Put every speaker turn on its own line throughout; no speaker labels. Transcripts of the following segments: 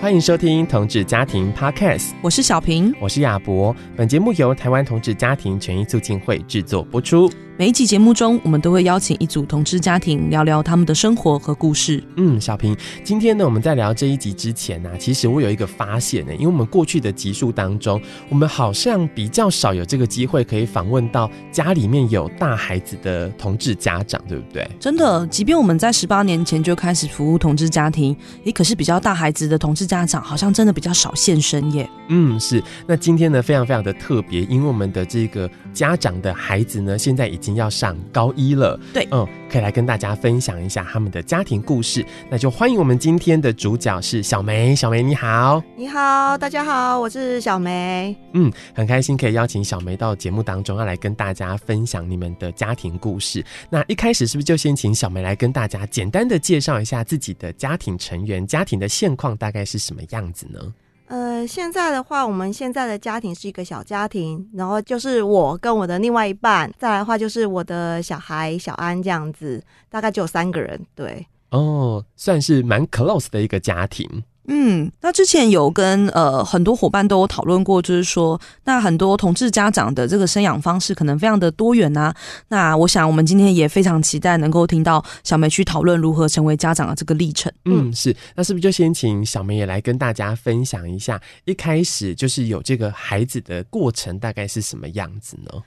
欢迎收听同志家庭 Podcast，
我是小平。
我是亚博。本节目由台湾同志家庭权益促进会制作播出。
每一集节目中，我们都会邀请一组同志家庭聊聊他们的生活和故事。
嗯，小平，今天呢，我们在聊这一集之前呢、其实我有一个发现呢、因为我们过去的集数当中，我们好像比较少有这个机会可以访问到家里面有大孩子的同志家长，对不对？
真的，即便我们在十八年前就开始服务同志家庭，也可是比较大孩子的同志家长好像真的比较少现身耶。
嗯，是。那今天呢，非常非常的特别，因为我们的这个家长的孩子呢，现在已经要上高一了。
对
嗯，可以来跟大家分享一下他们的家庭故事。那就欢迎我们今天的主角是小梅，小梅你好。
你好，大家好，我是小梅。
嗯，很开心可以邀请小梅到节目当中，要来跟大家分享你们的家庭故事。那一开始是不是就先请小梅来跟大家简单的介绍一下自己的家庭成员、家庭的现况大概是什么样子呢？
呃，现在的话，我们现在的家庭是一个小家庭，然后就是我跟我的另外一半，再来的话就是我的小孩小安这样子，大概只有三个人。对，
哦，算是蛮 close 的一个家庭。
嗯，那之前有跟呃很多伙伴都有讨论过，就是说，那很多同志家长的这个生养方式可能非常的多元啊。那我想我们今天也非常期待能够听到小梅去讨论如何成为家长的这个历程。
嗯，是，那是不是就先请小梅也来跟大家分享一下，一开始就是有这个孩子的过程大概是什么样子 呢？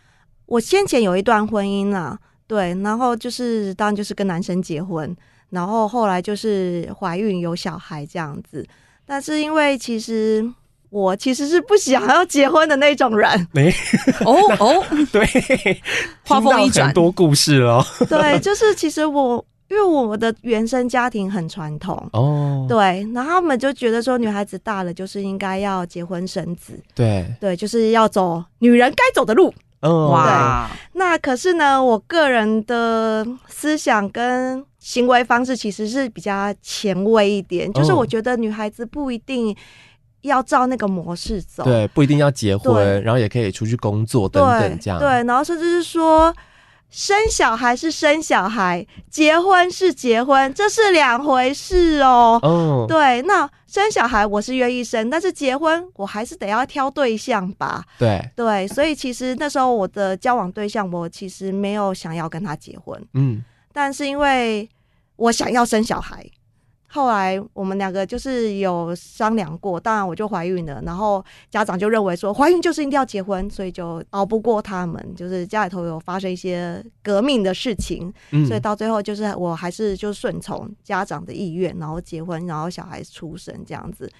我先前有一段婚姻啊，对，然后就是当然就是跟男生结婚，然后后来就是怀孕有小孩这样子，但是因为其实我其实是不想要结婚的那种人，
哦 哦，
对，
话锋一
听到
转
很多故事了
对，就是其实我因为我的原生家庭很传统，
哦。
对，然后他们就觉得说女孩子大了就是应该要结婚生子，
对，
对，就是要走女人该走的路。
嗯，
哇，
那可是呢，我个人的思想跟行为方式其实是比较前卫一点，就是
哦
我觉得女孩子不一定要照那个模式走，
对，不一定要结婚，
对
然后也可以出去工作等
对
等这样。
对，然后甚至是说。生小孩是生小孩，结婚是结婚，这是两回事哦。
哦，
对，那生小孩我是愿意生，但是结婚我还是得要挑对象吧。
对，
对，所以其实那时候我的交往对象，我其实没有想要跟他结婚，
嗯，
但是因为我想要生小孩，后来我们两个就是有商量过，当然我就怀孕了，然后家长就认为说怀孕就是一定要结婚，所以就熬不过他们，就是家里头有发生一些革命的事情，
嗯，
所以到最后就是我还是就顺从家长的意愿，然后结婚，然后小孩出生这样子。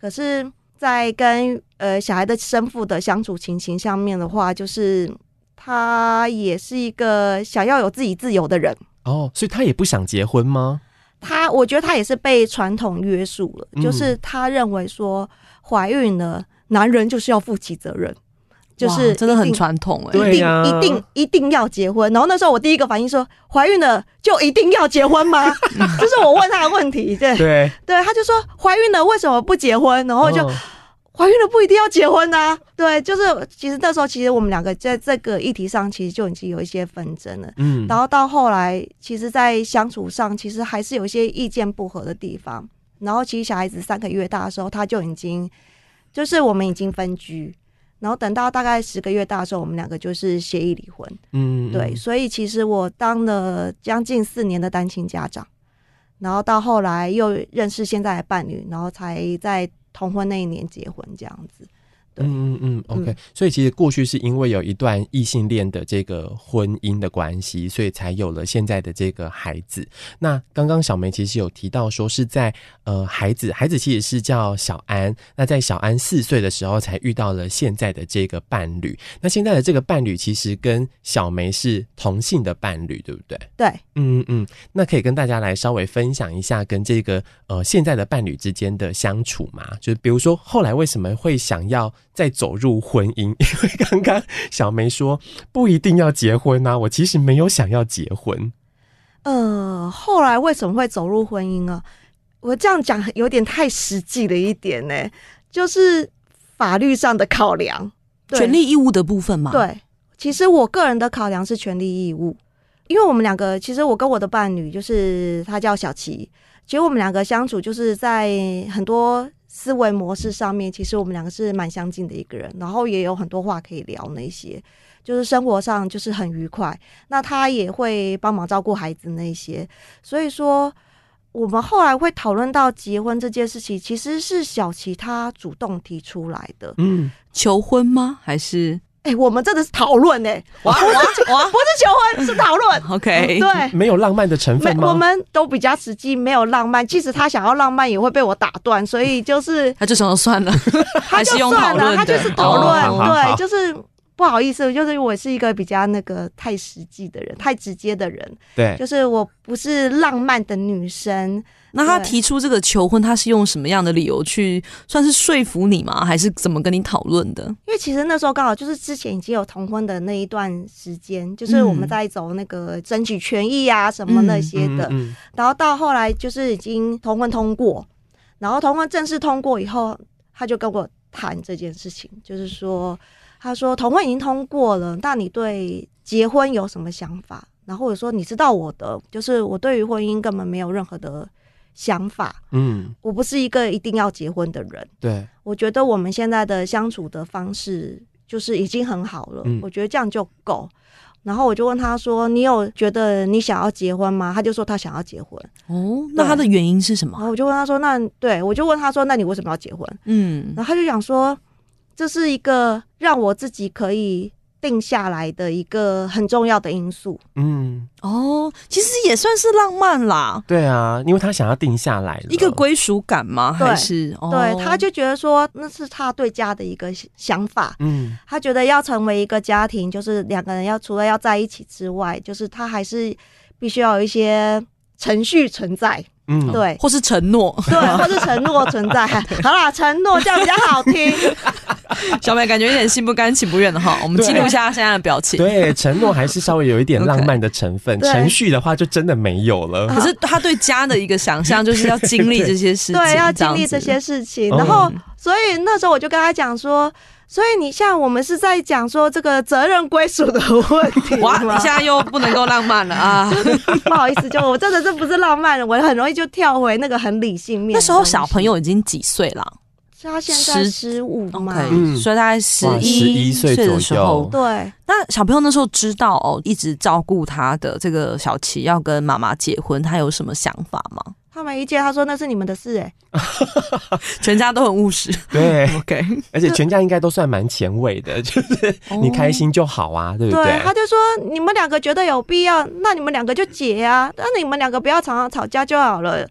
可是，在跟呃小孩的生父的相处情形上面的话，就是他也是一个想要有自己自由的人。
哦，所以他也不想结婚 吗？
他我觉得他也是被传统约束了，
嗯
就是他认为说怀孕了，男人就是要负起责任，就
哇
是
真的很
一定
传统哎、
对
一定、
呀
一定一定要结婚。然后那时候我第一个反应说，怀孕了就一定要结婚吗？ 这是我问他的问题，对
对，
对，他就说怀孕了为什么不结婚？然后我就、
哦
怀孕了不一定要结婚呐、对，就是其实那时候其实我们两个在这个议题上其实就已经有一些纷争了。
嗯，
然后到后来，其实，在相处上，其实还是有一些意见不合的地方。然后，其实小孩子三个月大的时候，他就已经，就是我们已经分居。然后等到大概十个月大的时候，我们两个就是协议离婚。
嗯，嗯
对，，所以其实我当了将近四年的单亲家长，然后到后来又认识现在的伴侣，然后才在同婚那一年结婚这样子。对
嗯嗯嗯，OK
嗯
所以其实过去是因为有一段异性恋的这个婚姻的关系，所以才有了现在的这个孩子。那刚刚小梅其实有提到说是在呃孩子，孩子其实是叫小安。那在小安四岁的时候才遇到了现在的这个伴侣。那现在的这个伴侣其实跟小梅是同性的伴侣，对不对？
对，
嗯嗯，那可以跟大家来稍微分享一下跟这个呃现在的伴侣之间的相处嘛？就是比如说后来为什么会想要再走入婚姻？ 因为刚刚小梅说不一定要结婚呐、我其实没有想要结婚。
呃，后来为什么会走入婚姻啊？我这样讲有点太实际了一点呢、就是法律上的考量，对
权利义务的部分嘛，，
对。其实我个人的考量是权利义务，因为我们两个，其实我跟我的伴侣就是他叫小琪，其实我们两个相处就是在很多思维模式上面，其实我们两个是蛮相近的一个人，然后也有很多话可以聊那些，就是生活上就是很愉快。那他也会帮忙照顾孩子那些，所以说我们后来会讨论到结婚这件事情，其实是小琪他主动提出来的。
嗯，
求婚吗？还是
哎、我们真的是讨论哎，不是 不是求婚，是讨论。
OK？
嗯对，
没有浪漫的成
没
哎分，吗？
我们都比较实际，没有浪漫。即使他想要浪漫，也会被我打断，所以就是
他就想说 算了，还是
就
用
算
讨
了，
论
他就
的
是讨
哦
论，
好好好
对，就是不好意思，就是我是一个比较那个太实际的人，太直接的人，
对，
就是我不是浪漫的女生。
那他
对
提出这个求婚，他是用什么样的理由去算是说服你吗？还是怎么跟你讨论的？
因为其实那时候刚好就是之前已经有同婚的那一段时间，就是我们
嗯
在走那个争取权益啊什么那些的，
嗯嗯
然后到后来就是已经同婚通过，然后同婚正式通过以后，他就跟我谈这件事情，就是说，他说同婚已经通过了，那你对结婚有什么想法？然后我说，你知道我的，就是我对于婚姻根本没有任何的想法，
嗯，
我不是一个一定要结婚的人。
对，
我觉得我们现在的相处的方式就是已经很好了，
嗯
我觉得这样就够。然后我就问他说：“你有觉得你想要结婚吗？”他就说他想要结婚。
哦，那他的原因是什
然
么？
后我就问他说：“那对我就问他说，那你为什么要结婚
嗯？”
然后他就讲说：“这是一个让我自己可以定下来的一个很重要的因素。
嗯，
哦，其实也算是浪漫啦，
对啊，因为他想要定下来了
一个归属感吗？
对
还是哦，
对，他就觉得说那是他对家的一个想法。
嗯
他觉得要成为一个家庭，就是两个人要除了要在一起之外，就是他还是必须要有一些程序存在。
嗯，
对，
或是承 诺。
对，或是承诺存在。 好啦，承诺这样比较好听。
小美感觉有点心不甘情不愿的哈，我们
对
记录一下她现在的表情。
对，承诺还是稍微有一 点
OK
浪漫的成分，
对
程序的话就真的没有了。
可是他对家的一个想象就是要经历这些事情，
对，要经
样
历
子哦
这些事情。
嗯
然后，所以那时候我就跟他讲说，所以你像我们是在讲说这个责任归属的问题
哇，
吗
你现在又不能够浪漫了啊！
不好意思，就我真的是不是浪漫人，我很容易就跳回那个很理性面。
那时候小朋，友已经几岁了
是他现在
十
十五嘛？
？OK，、
嗯
所以大概十
哇
一
11岁
的时
左右，
候
对，
那小朋友那时候知道哦，一直照顾他的这个小琪要跟妈妈结婚，他有什么想法吗？
他没意见，他说那是你们的事、哎，
全家都很务实。
对，
OK，
而且全家应该都算蛮前卫 的，就是 你开心就好啊，对不
哦对
对，？
他就说你们两个觉得有必要，那你们两个就结啊，那你们两个不要常常吵架就好了。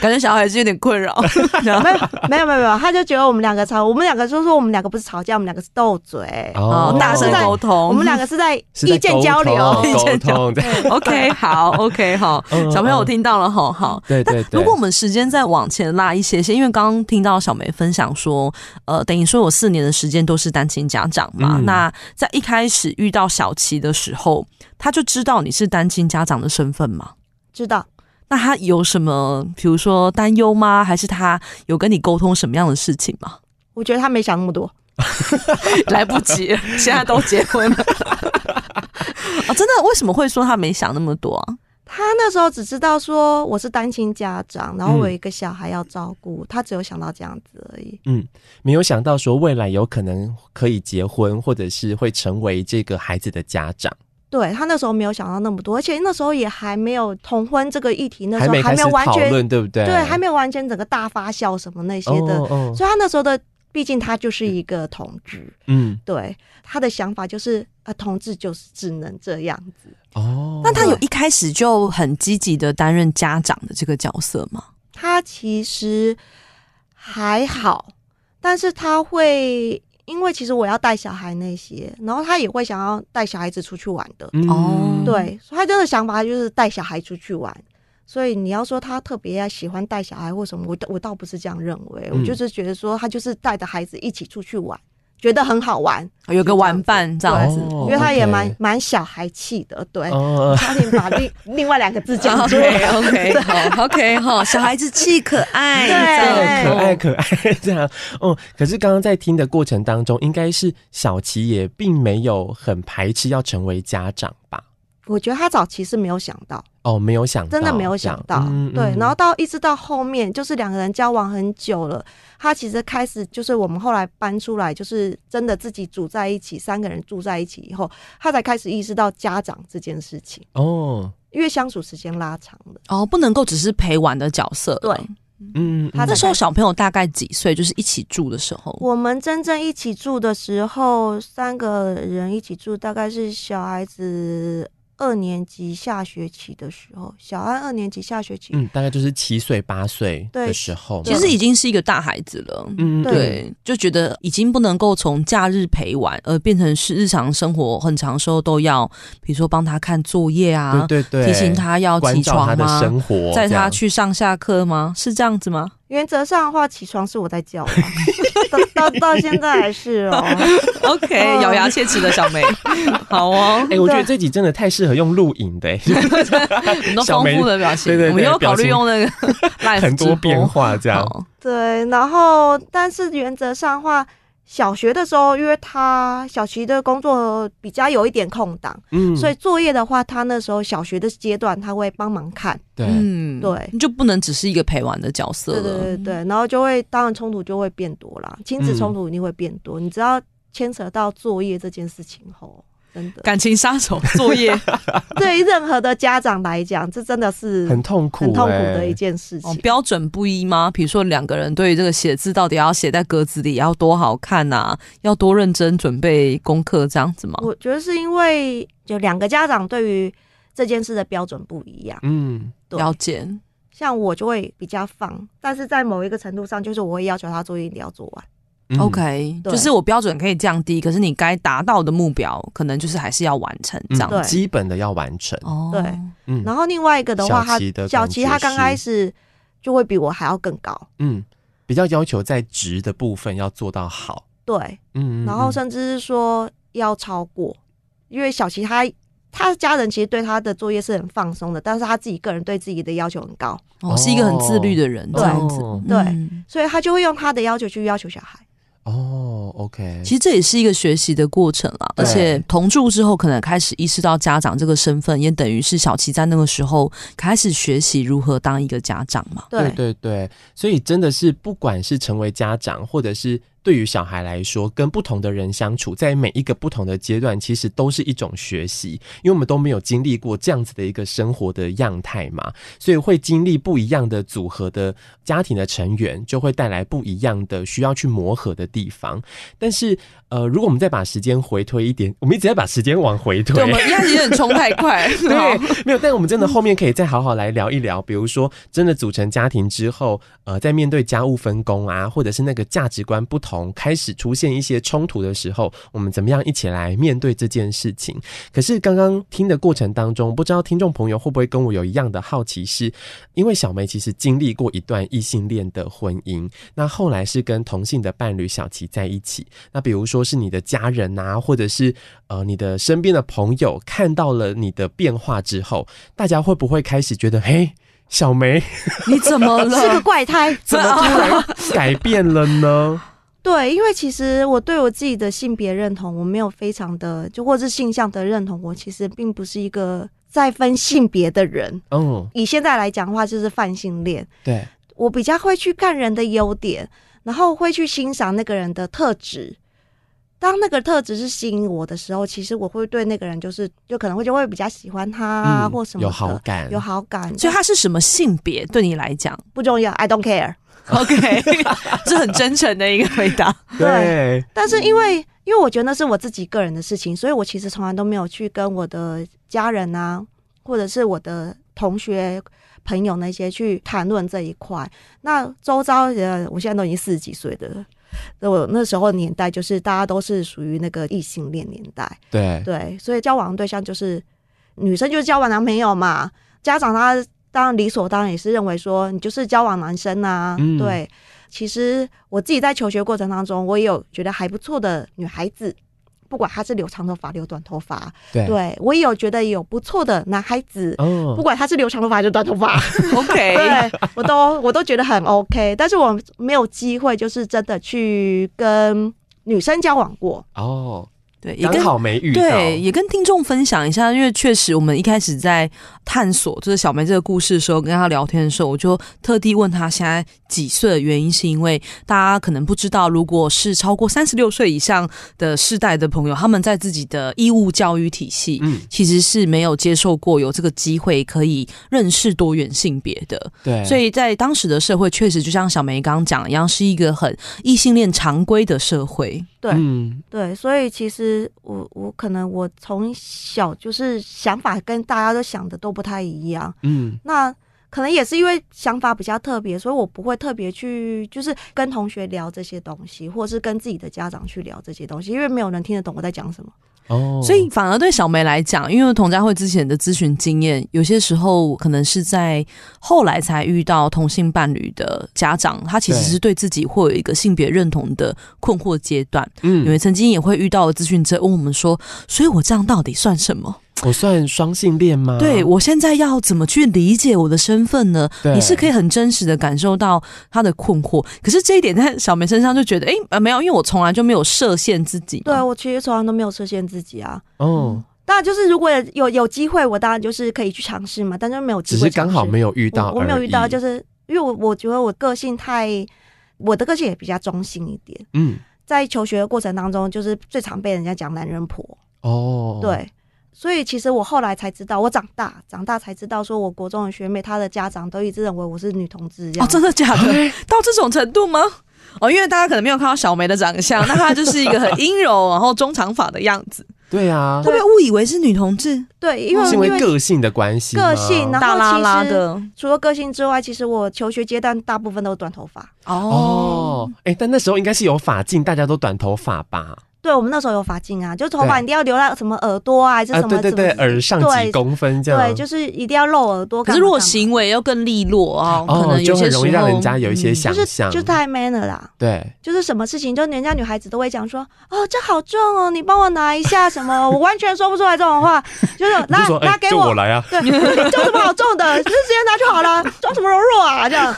感觉小孩子有点困扰。 然后
没有没有没有没有，他就觉得我们两个吵，我们两个就说我们两个不是吵架，我们两个是斗嘴，
哦，大声
在
沟通，
我们两个是在
是在
意见交流。 哦
沟通
意见交
沟通，对
OK，好，OK，好，
嗯
小朋友我
嗯
听到了，好好。
对对对。
如果我们时间再往前拉一些些，因为刚刚听到小梅分享说，呃，等于说我四年的时间都是单亲家长嘛。
嗯
那在一开始遇到小琪的时候，他就知道你是单亲家长的身份嘛？
知道，
那他有什么，比如说担忧吗？还是他有跟你沟通什么样的事情吗？
我觉得他没想那么多，
来不及 了，现在都结婚了。 啊、真的？为什么会说他没想那么多啊？
他那时候只知道说我是单亲家长，然后
嗯
我有一个小孩要照顾，他只有想到这样子而已。
嗯没有想到说未来有可能可以结婚，或者是会成为这个孩子的家长，
对他那时候没有想到那么多，而且那时候也还没有同婚这个议题，那时
还
候
没开
还没
始
有完
讨
全
论，对不对？
对，还没有完全整个大发酵什么那些的，
哦哦
所以他那时候的，毕竟他就是一个同志，
嗯，
对他的想法就是，呃，同志就是只能这样子。
哦，
那他有一开始就很积极的担任家长的这个角色吗？
他其实还好，但是他会因为其实我要带小孩那些，然后他也会想要带小孩子出去玩的，
嗯
哦
对，所以他真的想法就是带小孩出去玩。所以你要说他特别喜欢带小孩或什么，我倒我倒不是这样认为，
嗯
我就是觉得说他就是带着孩子一起出去玩，觉得很好玩，
哦有个玩伴这样子，
对哦
因为他也蛮
哦 OK
蛮小孩气的，对。
哦，
差点把另另外两个字讲 出来。
OK OK 好 OK 好，小孩子气可爱，
对
这
对，
哎
样
可爱哦可爱 这样哦。可是刚刚在听的过程当中，应该是小琪也并没有很排斥要成为家长吧？
我觉得他早期是没有想到，
哦，没有想到，
真的没有想到，
哦这样嗯
对。然后到一直到后面，就是两个人交往很久了，他其实开始就是我们后来搬出来，就是真的自己住在一起，三个人住在一起以后，他才开始意识到家长这件事情，
哦，
因为相处时间拉长了，
哦，不能够只是陪玩的角色。
对。
嗯，
他
嗯
那
在
时候小朋友大概几岁？就是一起住的时候。
我们真正一起住的时候，三个人一起住，大概是小孩子二年级下学期的时候，小安二年级下学期，
嗯，大概就是七岁八岁
对
的时候嘛，
其实已经是一个大孩子了。
嗯，嗯
对
对，就觉得已经不能够从假日陪玩，而变成是日常生活，很长时候都要，比如说帮他看作业啊，
对对对，
提醒他要
关
起
照他
床
的
吗？
生活，
载
这
他
样
去上下课吗？是这样子吗？
原则上的话，起床是我在叫的， 到到到现在还是哦。
嗯
OK，咬牙切齿的 小梅，好哦，
哎、我觉得
对
这集真的太适合用录影 的、欸，
我们都
小
丰
梅
富的表情，
对对对
我们要考
表
虑
情
用那个 live
很
直
多
播
变化这样。
好
对，然后但是原则上的话，小学的时候，因为他小琪的工作比较有一点空档，
嗯，
所以作业的话，他那时候小学的阶段他会帮忙看。
对，
嗯
对，
就不能只是一个陪玩的角色
对
了。
对对对，然后就会当然冲突就会变多啦，亲子
嗯
冲突一定会变多。你只要牵扯到作业这件事情后，真的
感情杀手作 业
对于任何的家长来讲，这真的是
很痛苦、欸，
很痛苦的一件事情。
哦，标准不一吗？比如说两个人对于这个写字到底要写在格子里，要多好看呐、要多认真准备功课这样子吗？
我觉得是因为就两个家长对于这件事的标准不一样，
嗯，
对
了解，
像我就会比较放，但是在某一个程度上，就是我会要求他作业一定要做完。
嗯
OK，
对
就是我标准可以降低，可是你该达到的目标，可能就是还是要完成这样
嗯，
对
子。
基本的要完成，
哦，
对
嗯，
然后另外一个的话，
小
他
琪的
小
感
琪
觉
他刚
是
开始就会比我还要更高，
嗯，比较要求在值的部分要做到好，
对，
嗯，嗯
然后
嗯
甚至是说要超过，因为小琪他。他家人其实对他的作业是很放松的，但是他自己个人对自己的要求很高，
哦，是一个很自律的人，
哦
这样子，
对
嗯
所以他就会用他的要求去要求小孩。
哦，OK，
其实这也是一个学习的过程啦，
对
而且同住之后，可能开始意识到家长这个身份，也等于是小琪在那个时候开始学习如何当一个家长嘛。
对对对，所以真的是不管是成为家长，或者是对于小孩来说，跟不同的人相处，在每一个不同的阶段，其实都是一种学习，因为我们都没有经历过这样子的一个生活的样态嘛，所以会经历不一样的组合的家庭的成员，就会带来不一样的需要去磨合的地方。但是呃，如果我们再把时间回推一点，我们一直在把时间往回推，
对，我们一开始有点冲太快，好，
对，没有，但我们真的后面可以再好好来聊一聊，比如说真的组成家庭之后，呃，在面对家务分工啊，或者是那个价值观不同，开始出现一些冲突的时候，我们怎么样一起来面对这件事情？可是刚刚听的过程当中，不知道听众朋友会不会跟我有一样的好奇是，因为小梅其实经历过一段异性恋的婚姻，那后来是跟同性的伴侣小琪在一起，那比如说是你的家人啊，或者是呃你的身边的朋友看到了你的变化之后，大家会不会开始觉得，嘿，小梅
你怎么
是个
了？
怪胎，
怎 么突然改变了呢？
对，因为其实我对我自己的性别认同，我没有非常的就或是性向的认同，我其实并不是一个在分性别的人。
嗯，
以现在来讲的话，就是泛性恋，
对，
我比较会去看人的优点，然后会去欣赏那个人的特质。当那个特质是吸引我的时候，其实我会对那个人就是就可能会就会比较喜欢他啊，
嗯
或什么
有
的
好感，
有好感，
所以他是什么性别对你来讲
不重要，I don't care。
？OK，这 很真诚的一个回答。
对，
但是因为因为我觉得那是我自己个人的事情，所以我其实从来都没有去跟我的家人啊，或者是我的同学、朋友那些去谈论这一块。那周遭的，我现在都已经四十几岁的了。那我那时候年代就是大家都是属于那个异性恋年代，
对，
对，所以交往的对象就是女生就是交往男朋友嘛，家长他当然理所当然也是认为说你就是交往男生啊，
嗯
对。其实我自己在求学过程当中，我也有觉得还不错的女孩子，不管她是留长头发、留短头发，
对，
对我也有觉得有不错的男孩子，
嗯哎
不管他是留长头发还是短头发，
OK，
对我都我都觉得很 OK。但是我没有机会，就是真的去跟女生交往过，
哦，
对，也
刚
跟
好没遇到，
对，也跟听众分享一下，因为确实我们一开始在探索就是小梅这个故事的时候，跟她聊天的时候，我就特地问她现在几岁的原因，是因为大家可能不知道，如果是超过三十六岁以上的世代的朋友，他们在自己的义务教育体系。
嗯，
其实是没有接受过有这个机会可以认识多元性别的，
对，
所以在当时的社会，确实就像小梅刚刚讲一样，是一个很异性恋常规的社会。
对
嗯，
对，所以其实我我可能我从小就是想法跟大家都想的都不太一样，
嗯，
那可能也是因为想法比较特别，所以我不会特别去就是跟同学聊这些东西，或是跟自己的家长去聊这些东西，因为没有人听得懂我在讲什么。
哦，
所以反而对小梅来讲，因为童佳慧之前的咨询经验，有些时候可能是在后来才遇到同性伴侣的家长，他其实
对
是对自己会有一个性别认同的困惑阶段。
嗯
因为曾经也会遇到咨询者问我们说：“所以我这样到底算什么？
我算双性恋吗？
对我现在要怎么去理解我的身份呢？”
对
你是可以很真实的感受到他的困惑。可是这一点在小梅身上就觉得，哎、呃没有，因为我从来就没有设限自己嘛。
对啊我其实从来都没有设限自己啊。
哦，
当然，就是如果有有机会，我当然就是可以去尝试嘛，但就没有机
只
会。
是刚好没有遇到
我，我没有遇到，就是是因为我我觉得我个性太，我的个性也比较中性一点，
嗯，
在求学的过程当中，就是最常被人家讲男人婆。
哦，，
对，所以其实我后来才知道，我长大长大才知道，说我国中的学妹，她的家长都一直认为我是女同志这
哦，
样。
真的假的？到这种程度吗？哦，因为大家可能没有看到小梅的长 相，那她就是一个很阴柔，然后中长发的样子，
对啊
会不，会误以为是女同志？
对，
哦
因为
是因
啊
为
因为
个性的关系吗，
个性然后
大拉拉
其实
的
除了个性之外，其实我求学阶段大部分都是短头发。
哦，
哦，哎，但那时候应该是有发镜，大家都短头发吧？
对，我们那时候有发镜啊，就是头发
对
一定要留到什么耳朵啊，还是
啊，
什么？
对对对，
怎么
耳上几
对
公分这样，
对，就是一定要露耳朵
可
干嘛。
是如果
干嘛
行为要更利落啊，
哦
可能有
就
些嗯
很
时候
容易让人家有一些想
就是
象，
就是太 man 了啦。
对，
就是什么事情，就人家女孩子都会讲说，哦，这好重哦，你帮我拿一下什么， 我完全说不出来这种话，就是
你就
拿
说
拿
哎，
给
就
我，
来 啊，
对，重什么好重的，就直接拿就好了，装什么柔弱啊？这样，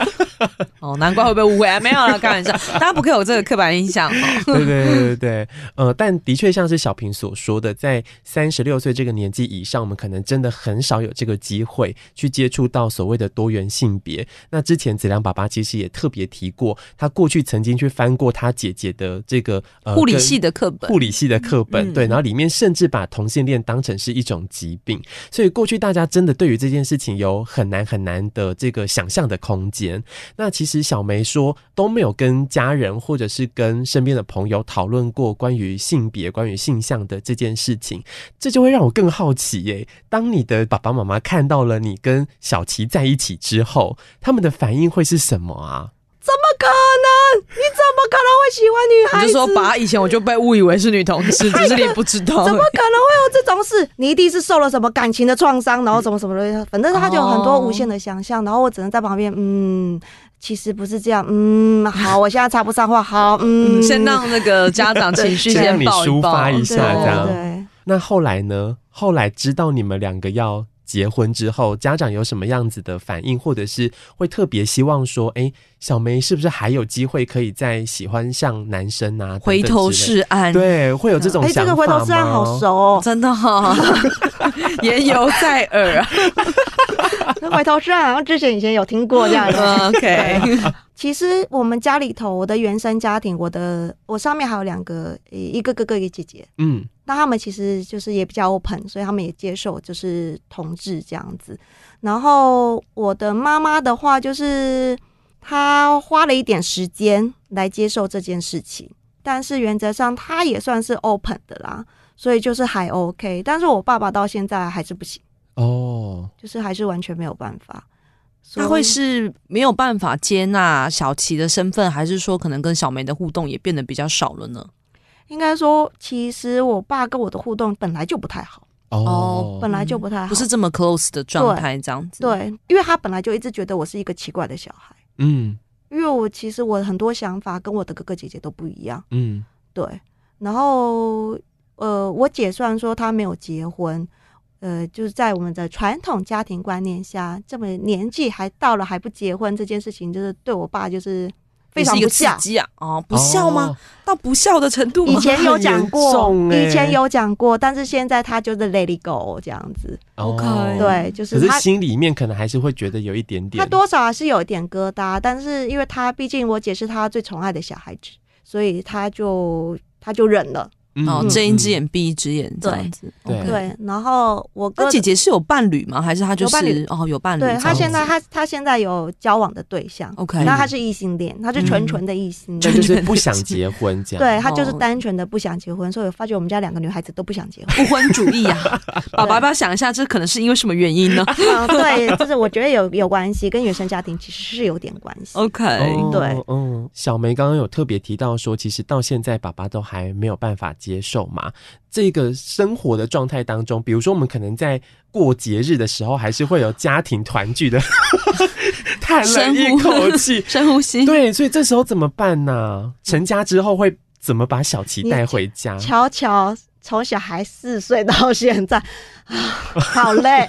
哦，难怪会被误会、啊，没有啦，开玩笑，大家不可以有这个刻板印象哦。
对对对对对，呃，但的确像是小平所说的，在三十六岁这个年纪以上，我们可能真的很少有这个机会去接触到所谓的多元性别。那之前子良爸爸其实也特别提过，他过去曾经去翻过他姐姐的这个呃
护理
跟
系的课本
护理系的课本，
嗯
对，然后里面甚至把同性恋当成是一种疾病，所以过去大家真的对于这件事情有很难很难的这个想象的空间。那其实小梅说都没有跟家人或者是跟身边的朋友讨论过关于性别、关于性向的这件事情，这就会让我更好奇耶、当你的爸爸妈妈看到了你跟小琪在一起之后，他们的反应会是什么啊？
怎么可能？你怎么可能会喜欢女
你
孩
就
子？
说，爸，以前我就被误以为是女同 志，只是你不知道。
怎么可能会有这种事？你一定是受了什么感情的创伤，然后什么什么的，反正他就有很多无限的想象，然后我只能在旁边，嗯，其实不是这样，嗯，好，我现在插不上话，好，嗯，
嗯，先让那个家长情 绪
先
先
让你
爆
抒发
爆
一
对
下
对
这样
对。
那后来呢？后来知道你们两个要结婚之后，家长有什么样子的反应，或者是会特别希望说，哎、小梅是不是还有机会可以再喜欢上男生啊？等等
回头
之类的，
是岸，
对，会有这种
哎，
想
这
法
个回头是岸好熟哦，
真的 哈、言犹在耳啊。
这 回头是岸好像之前以前有听 过这 样嗯的。
OK，
啊其实我们家里头，我的原生家庭，我的我上面还有两个，呃一个哥哥一个姐姐。
嗯，
那他们其实就是也比较 open，所以他们也接受就是同志这样子。然后我的妈妈的话，就是她花了一点时间来接受这件事情，但是原则上她也算是 open 的啦，所以就是还 OK。但是我爸爸到现在还是不行，
哦，
就是还是完全没有办法。所以
他会是没有办法接纳小琪的身份，还是说可能跟小梅的互动也变得比较少了呢？
应该说，其实我爸跟我的互动本来就不太好，
哦
哦，
本来就不太好，
不是这么 close 的状态，这样子。，
对，因为他本来就一直觉得我是一个奇怪的小孩，
嗯
因为我其实我很多想法跟我的哥哥姐姐都不一样，
嗯，
对，然后呃，我姐虽然说她没有结婚。呃，就是在我们的传统家庭观念下，这么年纪还到了还不结婚这件事情，就是对我爸就是非常
也是一
不
个刺
孝。
激啊！哦，不孝吗？
哦？
到不孝的程度
以
吗？
前有讲
很严
过，
重欸
以前有讲过，但是现在他就是 let it go 这样子，
OK
哦
对，就
可
是
是
他
心里面可能还是会觉得有一点点。
他多少还是有一点疙瘩，但是因为他毕竟我姐是他最宠爱的小孩子，所以他就他就忍了。
嗯
哦，睁一只。眼闭一只眼这
对
样子。
对
OK
对，然后我哥
那姐姐是有伴侣吗？还是她就
有伴
是
侣
哦有伴侣这
对
样子？
他现在他他现在有交往的对象
哦
OK
那他是异性恋，他是纯纯的异性
那
恋。
嗯就是不想结婚这样。
对他就是
哦
单纯的不想结婚，所以我发觉我们家两个女孩子都不想结婚。
不婚主义 啊，爸爸要不要想一下，这可能是因为什么原因呢
嗯， 对，就是我觉得有有关系，跟原生家庭其实是有点关系。
？OK，。
哦
哎对，
嗯，小梅刚刚有特别提到说，其实到现在爸爸都还没有办法接受嘛。这个生活的状态当中，比如说我们可能在过节日的时候，还是会有家庭团聚的， 叹了一口气
深呼吸。
对，所以这时候怎么办呢、成家之后会怎么把小琪带回家？
乔乔从小孩四岁到现在， 啊，好 累。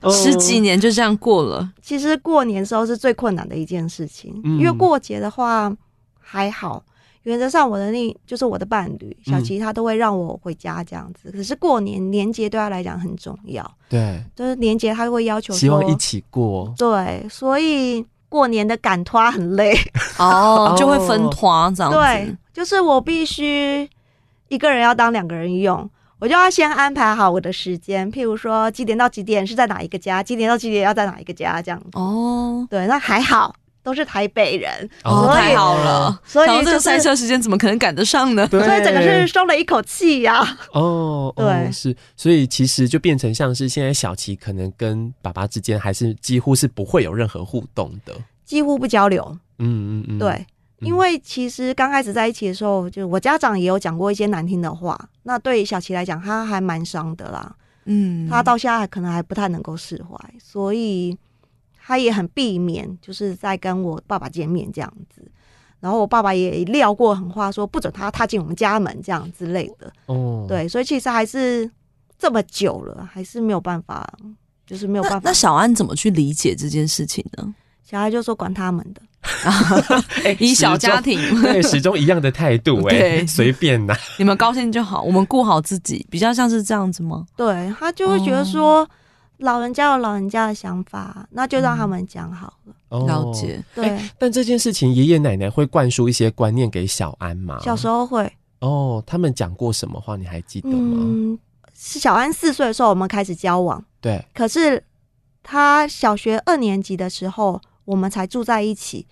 哦
十几年就这样过了，
其实过年时候是最困难的一件事情，
嗯
因为过节的话还好，原则上我的另就是我的伴侣小
嗯
琪，他都会让我回家这样子。可是过年年节对他来讲很重要，
对，
就是年节他会要求
希望一
说，
起过。
对，所以过年的赶拖很累，
哦，就会分团这样
对
子。，
就是我必须一个人要当两个人用。我就要先安排好我的时间，譬如说几点到几点是在哪一个家，几点到几点要在哪一个家这样子。
哦，
对，那还好，都是台北人，
哦，
所以
太好了。
所以
然后
就
这个
是
赛车时间怎么可能赶得上呢？
对，
所以整个是松了一口气呀、
嗯
哦，哦
对
是，所以其实就变成像是现在小琪可能跟爸爸之间还是几乎是不会有任何互动的。
几乎不交流。
嗯嗯嗯，
对，
嗯，
因为其实刚开始在一起的时候，就我家长也有讲过一些难听的话，那对小琪来讲，他还蛮伤的啦，
嗯，
他到现在还可能还不太能够释怀，所以他也很避免就是在跟我爸爸见面这样子。然后我爸爸也撂过狠话，说不准他踏进我们家门这样之类的。
哦，
对，所以其实还是这么久了，还是没有办法，就是没有办
那
法
那。小安怎么去理解这件事情 呢？
小孩就说管他们的。
哦
哎，
以小
始终
家庭，
对，始终一样的态 度，哎，
对
随便呐，
你们高兴就好，我们顾好自己，比较像是这样子吗？
对他就会觉得说，老人家有老人家的想法，那就让他
嗯
们讲好了。
哦
了解。
对，
但这件事情，爷爷奶奶会灌输一些观念给小安吗？
小时候会，
哦，他们讲过什么话，你还记得吗？
嗯，是小安四岁的时候我们开始交往，
对，
可是他小学二年级的时候我们才住在一起。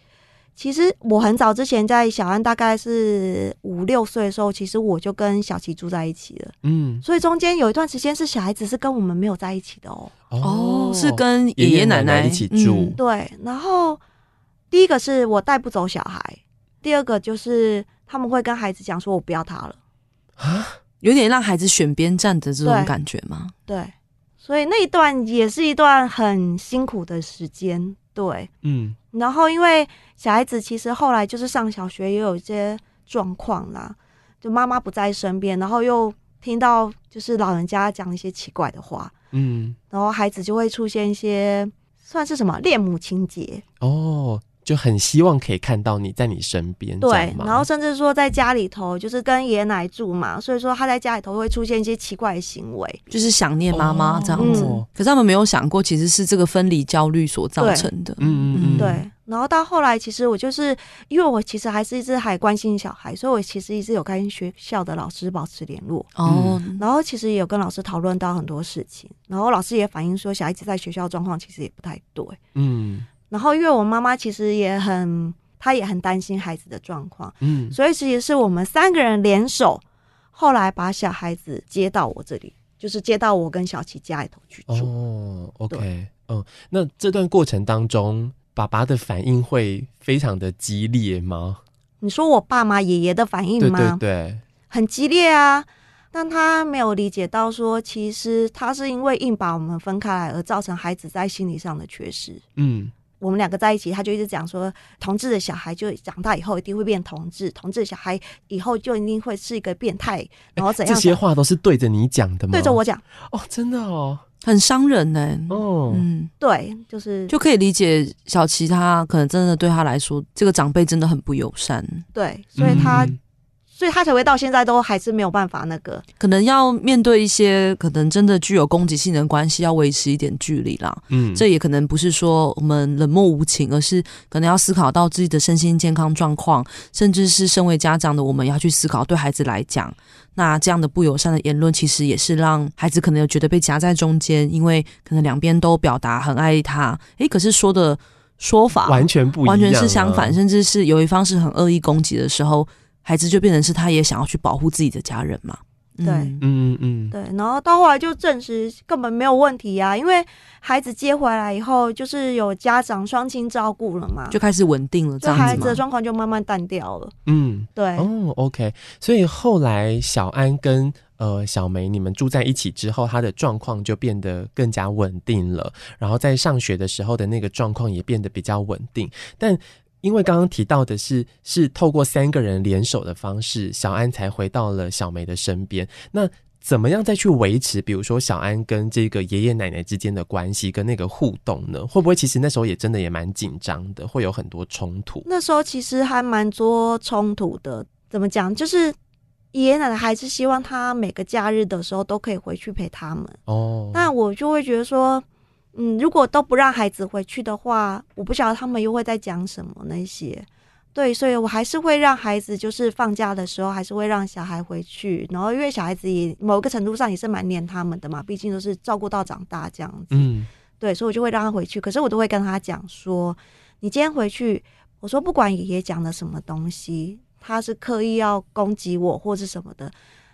其实我很早之前在小安大概是五六岁的时候，其实我就跟小琪住在一起了，
嗯，
所以中间有一段时间是小孩子是跟我们没有在一起的哦。
哦，是跟爷
爷
奶
奶一起住
嗯，
对，然后第一个是我带不走小孩，第二个就是他们会跟孩子讲说我不要他了，
啊，
有点让孩子选边站的这种
对
感觉吗？
对，所以那一段也是一段很辛苦的时间，对。
嗯，
然后因为小孩子其实后来就是上小学也有一些状况啦，就妈妈不在身边，然后又听到就是老人家讲一些奇怪的话，
嗯，
然后孩子就会出现一些算是什么恋母情节，
哦，就很希望可以看到你在你身边，这
对
样，吗
然后甚至说在家里头就是跟爷爷奶奶住嘛，所以说他在家里头会出现一些奇怪的行为。
就是想念妈妈这样子。
哦
可是他们没有想过，其实是这个分离焦虑所造成的。
嗯嗯嗯
对，然后到后来其实我就是因为我其实还是一直还关心小孩，所以我其实一直有跟学校的老师保持联络，
哦，
然后其实也有跟老师讨论到很多事情，然后老师也反映说小孩子在学校状况其实也不太对。
嗯
然后因为我妈妈其实也很，她也很担心孩子的状况，
嗯，
所以其实是我们三个人联手，后来把小孩子接到我这里，就是接到我跟小琪家里头去住。
哦，OK，
对
嗯，那这段过程当中，爸爸的反应会非常的激烈吗？
你说我爸妈爷爷的反应
对
吗？
对对，
很激烈啊，但他没有理解到说，其实他是因为硬把我们分开来而造成孩子在心理上的缺失。
嗯，
我们两个在一起，他就一直讲说，同志的小孩就长大以后一定会变同志，同志的小孩以后就一定会是一个变态，然后怎
这
样？
些话都是对着你讲的吗？
对着我讲，
哦，真的哦，
很伤人呢、
哦，
嗯，
对，就是
就可以理解小琪她可能真的对她来说，这个长辈真的很不友善，
对，所以他、
嗯
所以他才会到现在都还是没有办法那个，
可能要面对一些可能真的具有攻击性的关系，要维持一点距离啦。
嗯
这也可能不是说我们冷漠无情，而是可能要思考到自己的身心健康状况，甚至是身为家长的我们要去思考，对孩子来讲，那这样的不友善的言论，其实也是让孩子可能有觉得被夹在中间，因为可能两边都表达很爱他，诶，可是说的说法
完全不一样、啊
完全是相反，。甚至是有一方是很恶意攻击的时候，孩子就变成是他也想要去保护自己的家人嘛。
对
嗯
嗯嗯
对，然后到后来就证实根本没有问题啊，因为孩子接回来以后，就是有家长双亲照顾了嘛，
就开始稳定了这
就
样
孩
子
子的
嘛。
状况就慢慢淡掉了，
嗯
对，
嗯，哦，OK。所以后来小安跟呃小梅你们住在一起之后，她的状况就变得更加稳定了，然后在上学的时候的那个状况也变得比较稳定，但。因为刚刚提到的是，是透过三个人联手的方式，小安才回到了小梅的身边。那怎么样再去维持，比如说小安跟这个爷爷奶奶之间的关系跟那个互动呢？会不会其实那时候也真的也蛮紧张的，会有很多冲突？
那时候其实还蛮多冲突的。怎么讲？就是爷爷奶奶还是希望他每个假日的时候都可以回去陪他们。
哦，
那我就会觉得说，嗯，如果都不让孩子回去的话，我不晓得他们又会在讲什么那些。对，所以我还是会让孩子，就是放假的时候，还是会让小孩回去。然后，因为小孩子也某个程度上也是蛮黏他们的嘛，毕竟都是照顾到长大这样子。
嗯，
对，所以我就会让他回去。可是我都会跟他讲说，你今天回去，我说不管爷爷讲了什么东西，他是刻意要攻击我或是什么的，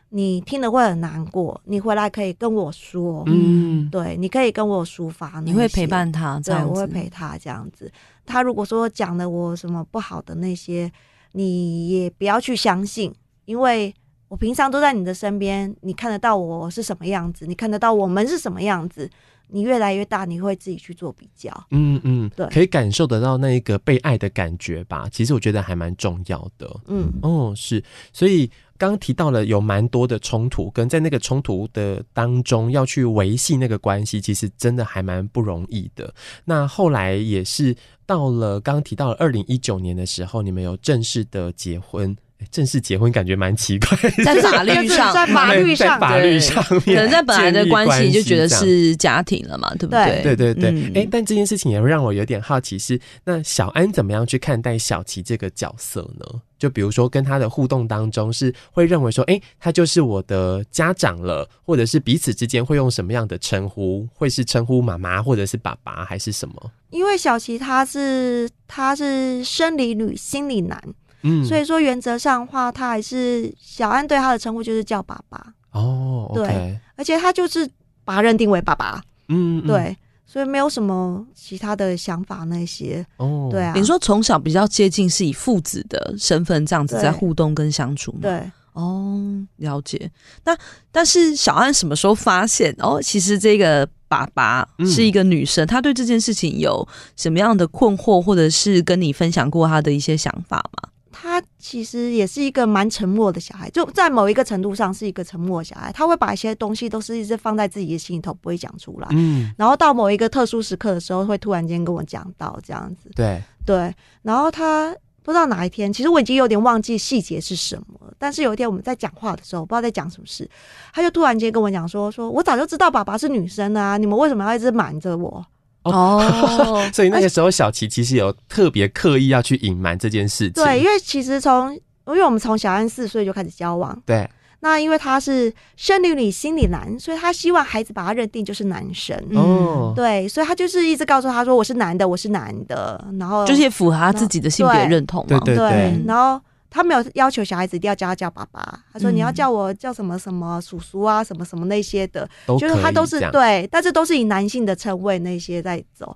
你听了会很难过。你回来可以跟我说，
嗯，
对，你可以跟我抒发那
你
些，
会陪伴他，这
对，
样
我会
子。
陪他这样子。他如果说讲了我什么不好的那些，你也不要去相信，因为我平常都在你的身边，你看得到我是什么样子，你看得到我们是什么样子。你越来越大，你会自己去做比较。
嗯嗯，
对
可以感受得到那一个被爱的感觉吧。其实我觉得还蛮重要的。
嗯，
哦，是，所以刚刚提到了有蛮多的冲突，跟在那个冲突的当中要去维系那个关系，其实真的还蛮不容易的。那后来也是到了刚刚提到了二零一九年的时候，你们有正式的结婚，诶正式结婚感觉蛮奇怪的，
在法律
就是
上，
在法律
在
上，
法律
对
上面
可能在本来的
建立
关系就觉得
这样
是家庭了嘛，对不对？
对对对，哎、
嗯
但这件事情也会让我有点好奇是，那小安怎么样去看待小琪这个角色呢？就比如说跟他的互动当中，是会认为说，哎、他就是我的家长了，或者是彼此之间会用什么样的称呼？会是称呼妈妈，或者是爸爸，还是什么？
因为小琪她是她是生理女，心理男，
嗯，
所以说原则上的话，她还是小安对她的称呼就是叫爸爸，
哦
对
，OK，
而且她就是把他认定为爸爸。
嗯，嗯，
对，所以没有什么其他的想法那些，
哦，
对啊，
你说从小比较接近是以父子的身份这样子
对
在互动跟相
嗯
处吗？，
对，
哦，了解。那但是小安什么时候发现哦，其实这个爸爸
嗯
是一个女生，她对这件事情有什么样的困惑，或者是跟你分享过她的一些想法吗？
他其实也是一个蛮沉默的小孩，就在某一个程度上是一个沉默的小孩，他会把一些东西都是一直放在自己的心里头，不会讲出来。
嗯，
然后到某一个特殊时刻的时候，会突然间跟我讲到这样子，
对，，
对。然后他不知道哪一天，其实我已经有点忘记细节是什么了，但是有一天我们在讲话的时候，不知道在讲什么事，他就突然间跟我讲说：“说我早就知道爸爸是女生啊，你们为什么要一直瞒着我？”
哦
所以那个时候小琪其实有特别刻意要去隐瞒这件事情，
对，因为其实从因为我们从小安四岁就开始交往，
对，
那因为他是生理女心理男，所以他希望孩子把他认定就是男生。
嗯
哦，
对，所以他就是一直告诉他说我是男的，我是男的，然 后
就是也符合她自己的性别认同嘛。
对
对
对
然后他没有要求小孩子一定要叫他叫爸爸，他说
嗯
你要叫我叫什么什么叔叔啊，什么什么那些的，
都
就是他
可以
都是
这样，
对，但是都是以男性的称谓那些在走。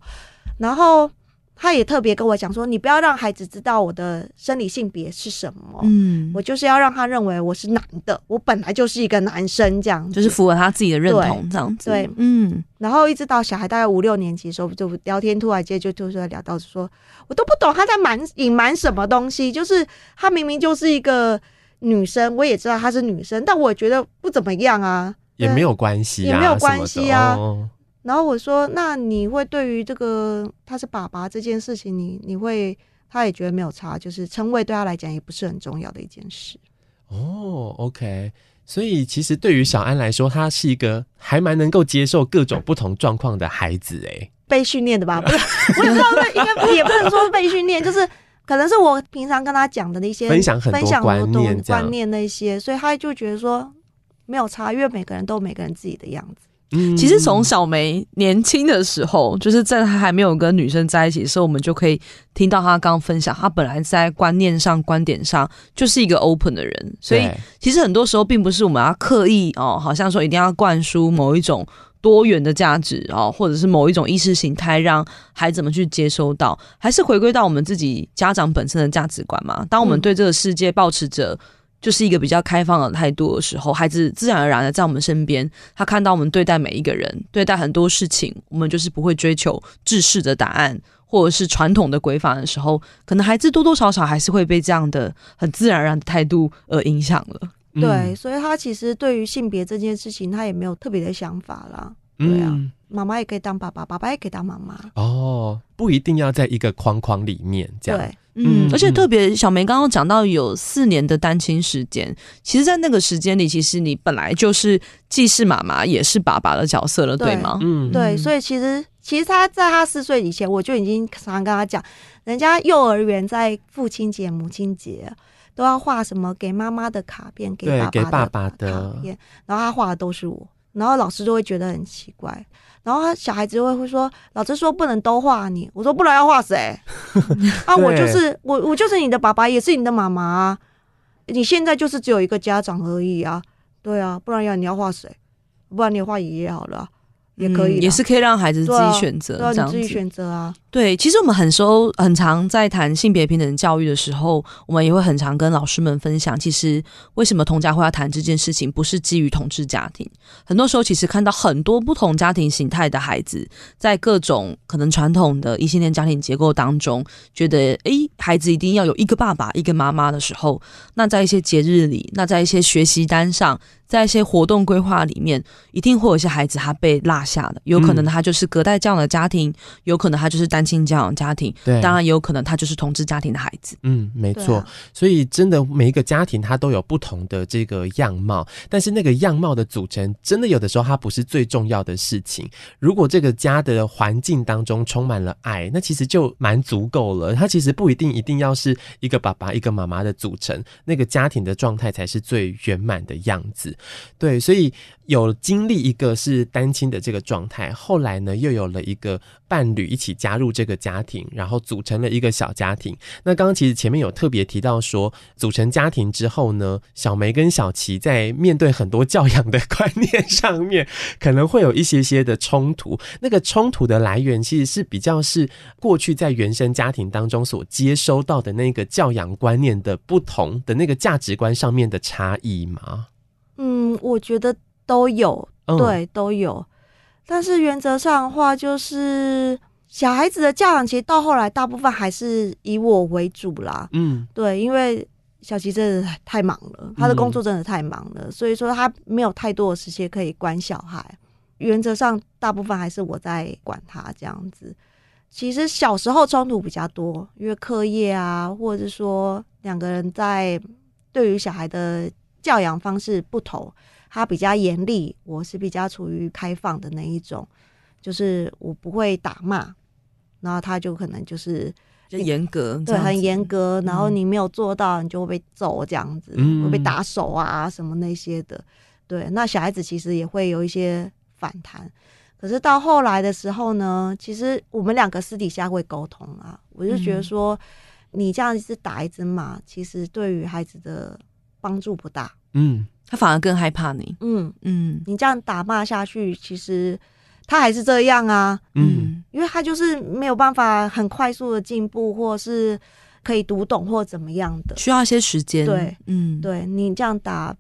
然后他也特别跟我讲说，你不要让孩子知道我的生理性别是什么，
嗯，
我就是要让他认为我是男的，我本来就是一个男生这样子，
就是符合她自己的认同这样子。
对
嗯，
然后一直到小孩大概五六年级的时候，就聊天突然间就突然聊到说，我都不懂他在瞒隐瞒什么东西，就是他明明就是一个女生，我也知道她是女生，但我觉得不怎么样啊，
也没有关系、啊，
也没有关系啊
什么的哦
然后我说，那你会对于这个他是爸爸这件事情，你你会，他也觉得没有差，就是称谓对他来讲也不是很重要的一件事。
哦，OK，所以其实对于小安来说，他是一个还蛮能够接受各种不同状况的孩子，哎，
被训练 的吧？不是，我也不知道那应该也不能说被训练，就是可能是我平常跟他讲的那些
分享很多
分享
观
多
念这样
观念那些，所以他就觉得说没有差，因为每个人都有每个人自己的样子。
嗯
其实从小梅年轻的时候，就是在她还没有跟女生在一起的时候，我们就可以听到她刚分享，她本来在观念上、观点上就是一个 open 的人，所以
对
其实很多时候并不是我们要刻意哦，好像说一定要灌输某一种多元的价值哦，或者是某一种意识形态，让孩子们去接收到，还是回归到我们自己家长本身的价值观嘛。当我们
嗯
对这个世界保持着。就是一个比较开放的态度的时候，孩子自然而然的在我们身边，他看到我们对待每一个人、对待很多事情，我们就是不会追求制式的答案或者是传统的规范的时候，可能孩子多多少少还是会被这样的很自然而然的态度而影响了。
对，
嗯
所以他其实对于性别这件事情，他也没有特别的想法啦。对啊
嗯
妈妈也可以当爸爸，爸爸也可以当妈妈。
哦，不一定要在一个框框里面这样
对，，
嗯
嗯，而且
嗯
特别小梅刚刚讲到有四年的单亲时间，其实，在那个时间里，其实你本来就是既是妈妈也是爸爸的角色了，对
对
吗？
嗯，
对，
嗯
所以其实其实他在他四岁以前，我就已经常常跟他讲，人家幼儿园在父亲节、母亲节都要画什么给妈妈的卡片，给
对
爸
给爸爸
爸的
的
卡片，然后他画的都是我，然后老师就会觉得很奇怪。然后他小孩子就会会说：“老师说不能都画你。”我说：“不然要 画谁？啊，我就是我，我就是你的爸爸，也是你的妈妈、啊。你现在就是只有一个家长而已啊，对啊，不然要你要画谁？不然你画爷爷好了啊、也可以啦、
嗯也是可以让孩子自
对啊
己选择，
对啊，
这样
你自己
子。
选择啊。
对，其实我们很熟，很常在谈性别平等教育的时候，我们也会很常跟老师们分享，其实为什么同家会要谈这件事情，不是基于同志家庭。很多时候，其实看到很多不同家庭形态的孩子，在各种可能传统的异性恋家庭结构当中，觉得诶，孩子一定要有一个爸爸、一个妈妈的时候，那在一些节日里，那在一些学习单上，在一些活动规划里面，一定会有一些孩子他被落下的，有可能
嗯
他就是隔代教养的家庭。有可能他就是单亲教养家庭，
对，
当然也有可能他就是同志家庭的孩子。
嗯，没
对啊
错，所以真的每一个家庭它都有不同的这个样貌，但是那个样貌的组成，真的有的时候它不是最重要的事情。如果这个家的环境当中充满了爱，那其实就蛮足够了。它其实不一定一定要是一个爸爸一个妈妈的组成，那个家庭的状态才是最圆满的样子。对，所以有经历一个是单亲的这个状态，后来呢又有了一个伴侣一起加入这个家庭，然后组成了一个小家庭。那刚刚其实前面有特别提到说，组成家庭之后呢，小梅跟小琪在面对很多教养的观念上面，可能会有一些些的冲突。那个冲突的来源其实是比较是过去在原生家庭当中所接收到的那个教养观念的不同的那个价值观上面的差异嘛。
嗯，我觉得都有，
嗯，
对，都有。但是原则上的话，就是小孩子的教养，其实到后来大部分还是以我为主啦。
嗯，
对，因为小琪真的太忙了，他的工作真的太忙了，所以说他没有太多的时间可以管小孩。原则上，大部分还是我在管他这样子。其实小时候冲突比较多，因为课业啊，或者是说两个人在对于小孩的教养方式不同，他比较严厉，我是比较处于开放的那一种，就是我不会打骂，然后他就可能就是
就严格，这
嗯对，
样子
很严。格，然后
嗯
你没有做到，你就会被揍这样子，
嗯
会被打手啊什么那些的。对，那小孩子其实也会有一些反弹。可是到后来的时候呢，其实我们两个私底下会沟通啊，我就觉得
嗯
说，你这样子打一直骂，其实对于孩子的帮助不大。
嗯，
他反而更害怕你。
嗯，
嗯
你这样打骂下去，其实他还是这样啊。
嗯，
嗯，
因为他就是没有办法很快速的进步，或是可以读懂或怎么样的。
需要一些时间。
对，
嗯，。
对你这样打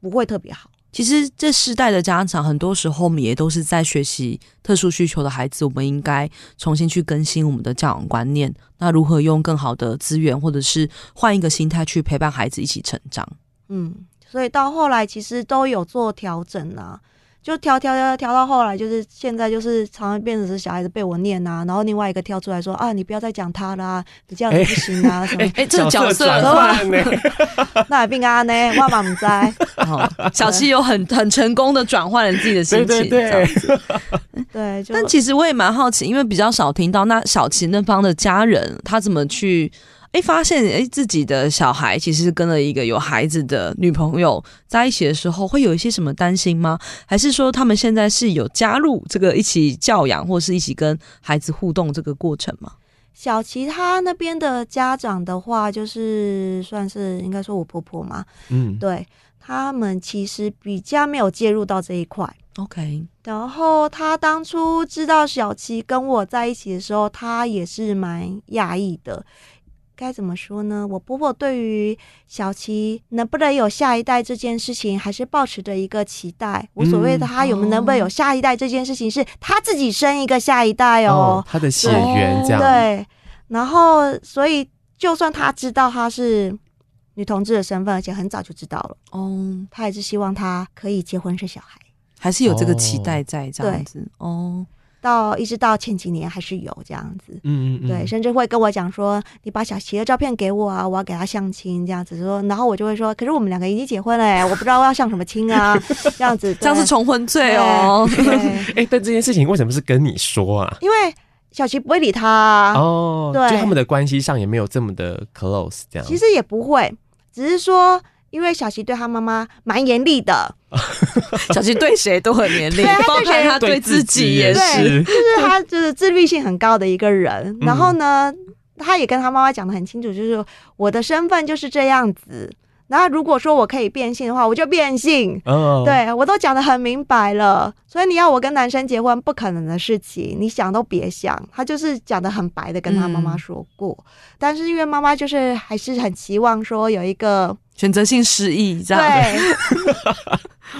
不会特别好。
其实这世代的家长，很多时候我们也都是在学习特殊需求的孩子，我们应该重新去更新我们的教养观念。那如何用更好的资源，或者是换一个心态去陪伴孩子一起成长？
嗯，所以到后来其实都有做调整啊。就挑挑挑挑到后来，就是现在就是常常变成是小孩子被我念啊，然后另外一个跳出来说啊，你不要再讲他啦、你这样子不行啊、什么。
哎、这个角色
转换呢？
那也并安呢，万万不在。
哦，小七有很 很成功的转换了自己的心
对
情，
对
这样
对，
对，就
但其实我也蛮好奇，因为比较少听到那小琪那方的家人，他怎么去哎发现哎自己的小孩其实是跟了一个有孩子的女朋友在一起的时候，会有一些什么担心吗？还是说他们现在是有加入这个一起教养或是一起跟孩子互动这个过程吗？
小琪他那边的家长的话，就是算是应该说我婆婆嘛，
嗯，
对他们其实比较没有介入到这一块。
？OK，
然后他当初知道小琪跟我在一起的时候，他也是蛮讶异的。该怎么说呢？我婆婆对于小琪能不能有下一代这件事情，还是抱持着一个期待。无所谓
嗯
的他有没有能不能有下一代这件事情，是他自己生一个下一代哦
哦，他的血缘这样，
对，然后所以就算他知道他是女同志的身份，而且很早就知道了，
哦，
他也是希望他可以结婚生小孩。
还是有这个期待在这样
对
子哦。
到一直到前几年还是有这样子，
嗯嗯嗯，
对，甚至会跟我讲说，你把小琪的照片给我啊，我要给他相亲这样子说，然后我就会说，可是我们两个已经结婚了、欸，我不知道要相什么亲啊， 这样子，
这样是重婚罪哦，
对，对
哎、但这件事情为什么是跟你说啊？
因为小琪不会理他啊、
哦，
对
就他们的关系上也没有这么的 close 这样。
其实也不会，只是说。因为小琪对他妈妈蛮严厉的，
小琪对谁都很严厉，包括他对自己也
对
是。
是，
就是他就是自律性很高的一个人。然后呢，他也跟他妈妈讲的很清楚，就是我的身份就是这样子。然后如果说我可以变性的话，我就变性。
哦，
对我都讲的很明白了，所以你要我跟男生结婚，不可能的事情，你想都别想。他就是讲的很白的跟他妈妈
嗯
说过，但是因为妈妈就是还是很期望说有一个
选择性失忆这样。
对，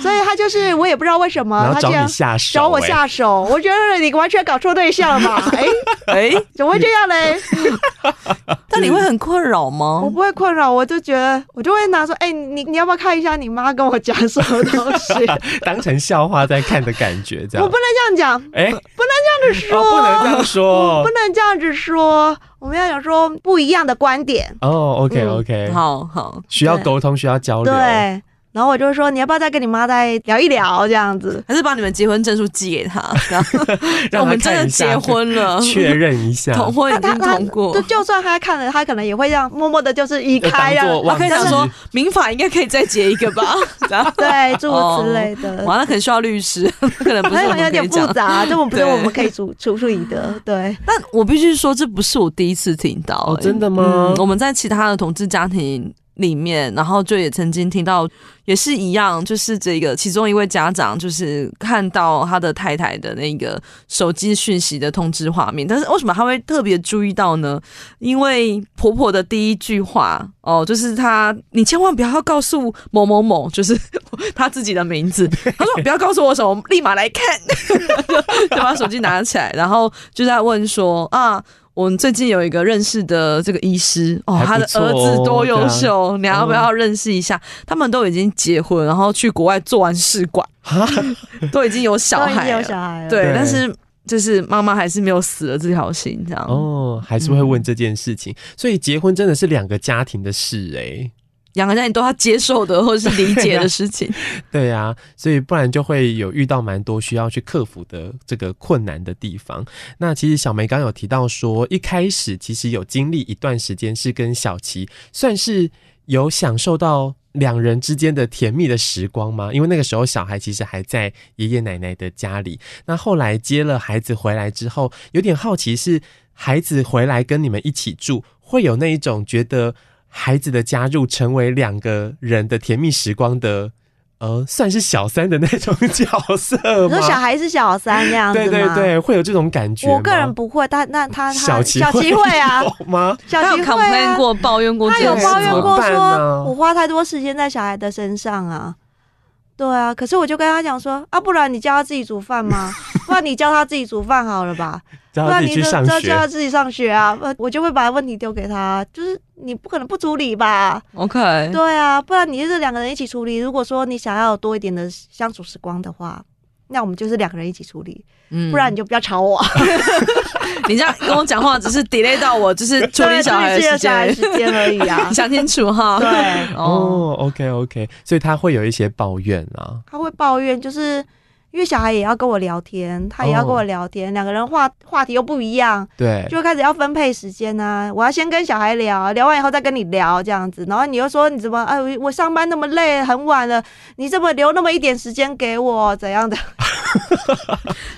所以他就是我也不知道为什么
然
啊
后
他竟
找
然
你下手、
找我下手，我觉得你完全搞错对象 了吧？哎、
哎、
怎么会这样嘞？
但你会很困扰吗
我？不会困扰，我就觉得我就会拿说，哎、你你要不要看一下你妈跟我讲什么东 西？我
哎，当成笑话在看的感觉这样
不。能这样讲，
哎、
这样子说，
哦，不能这样说
不。能这样子说，我们要有说不一样的观点，
哦，OK
嗯
OK，、
好好，
需要沟通，需要交流。
对。然后我就说，你要不要再跟你妈再聊一聊这样子？
还是把你们结婚证书寄给 他，然后
让他
我们真的结婚了，
确认一下，
同婚已经通过
就。就算他看了，他可能也会让默默的，就是移
就
开
当做
让
我
忘
可以
记
想说，民法应该可以再结一个吧？ 这样
对，诸如此类的。
完了，可能需要律师， 可能不是
好
我
像
们
有
可以
点
讲
复。杂，这我不是
对
我们可以处处理的，对。
但我必须说，这不是我第一次听到、
哦
欸
真的吗
嗯我们在其他的同志家庭里面，然后就也曾经听到，也是一样，就是这个其中一位家长就是看到他的太太的那个手机讯息的通知画面，但是为什么他会特别注意到呢？因为婆婆的第一句话哦，就是她，你千万不要告诉某某某，就是她自己的名字。她说不要告诉我什么，我立马 来看， 就把手机拿起来，然后就在问说啊。我们最近有一个认识的这个医师哦，
还不
他的
错
儿子多优秀，你要不
嗯
要认识一下？他们都已经结婚，然后去国外做完试 管，都已经有小
都已经
孩
有
了。
小孩了，
对，
对
但是就是妈妈还是没有死了这条心，这样。
哦，还是会问这件事情，所以结婚真的是两个家庭的事哎、
两个家庭都要接受的或是理解的事 情。
对啊，所以不然就会有遇到蛮多需要去克服的这个困难的地方。那其实小梅刚有提到说，一开始其实有经历一段时间是跟小琪算是有享受到两人之间的甜蜜的时光吗？因为那个时候小孩其实还在爷爷奶奶的家里。那后来接了孩子回来之后，有点好奇是孩子回来跟你们一起住，会有那一种觉得。孩子的加入成为两个人的甜蜜时光的呃，算是小三的那种角色
你说小
吗？
孩是小三这样子吗？
对对对，会有这种感觉吗。
我个人不会，但那他他
小琪
小琪会啊，
有 吗？
小
他有
琪会
complain
啊，
过、抱怨过
他
这
有
件事
抱
吗，
怨
怎么
过
办呢
说，我花太多时间在小孩的身上啊。对啊，可是我就跟他讲说，啊，不然你教他自己煮饭吗？不然你教他自己煮饭好了吧？
叫
不
他
然
自己
你
去
就
上
教
学
教他自己上学啊！呃我就会把问题丢给他，就是你不可能不处理吧？
OK，
对啊，不然你就是两个人一起处理。如果说你想要有多一点的相处时光的话，那我们就是两个人一起处理，
嗯
不然你就不要吵我，
你这样跟我讲话，只是 delay 到我就是 处理小孩的
对
时
小孩
间
时。间而已啊
你。想清楚哈。
对，
哦，
哦，OK OK，所以他会有一些抱怨啊，
他会抱怨，就是因为小孩也要跟我聊天，他也要跟我聊天，两、个人话话题又不一样，
对，
就开始要分配时间啊。我要先跟小孩聊，聊完以后再跟你聊这样子，然后你又说你怎么哎，我我上班那么累，很晚了，你这么留那么一点时间给我怎样的？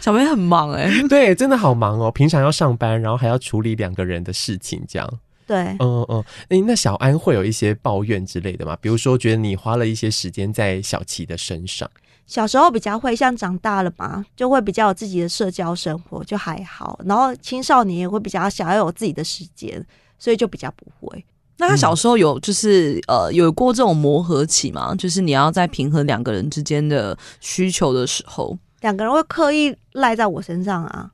小朋友很忙哎、
对，真的好忙哦，平常要上班，然后还要处理两个人的事情，这样。
对，
嗯嗯，诶、那小安会有一些抱怨之类的吗？比如说，觉得你花了一些时间在小琪的身上，
小时候比较会，像长大了嘛，就会比较有自己的社交生活，就还好。然后青少年也会比较想要有自己的时间，所以就比较不会。
那他小时候有就是呃有过这种磨合期吗？就是你要在平衡两个人之间的需求的时候，
两个人会刻意赖在我身上啊，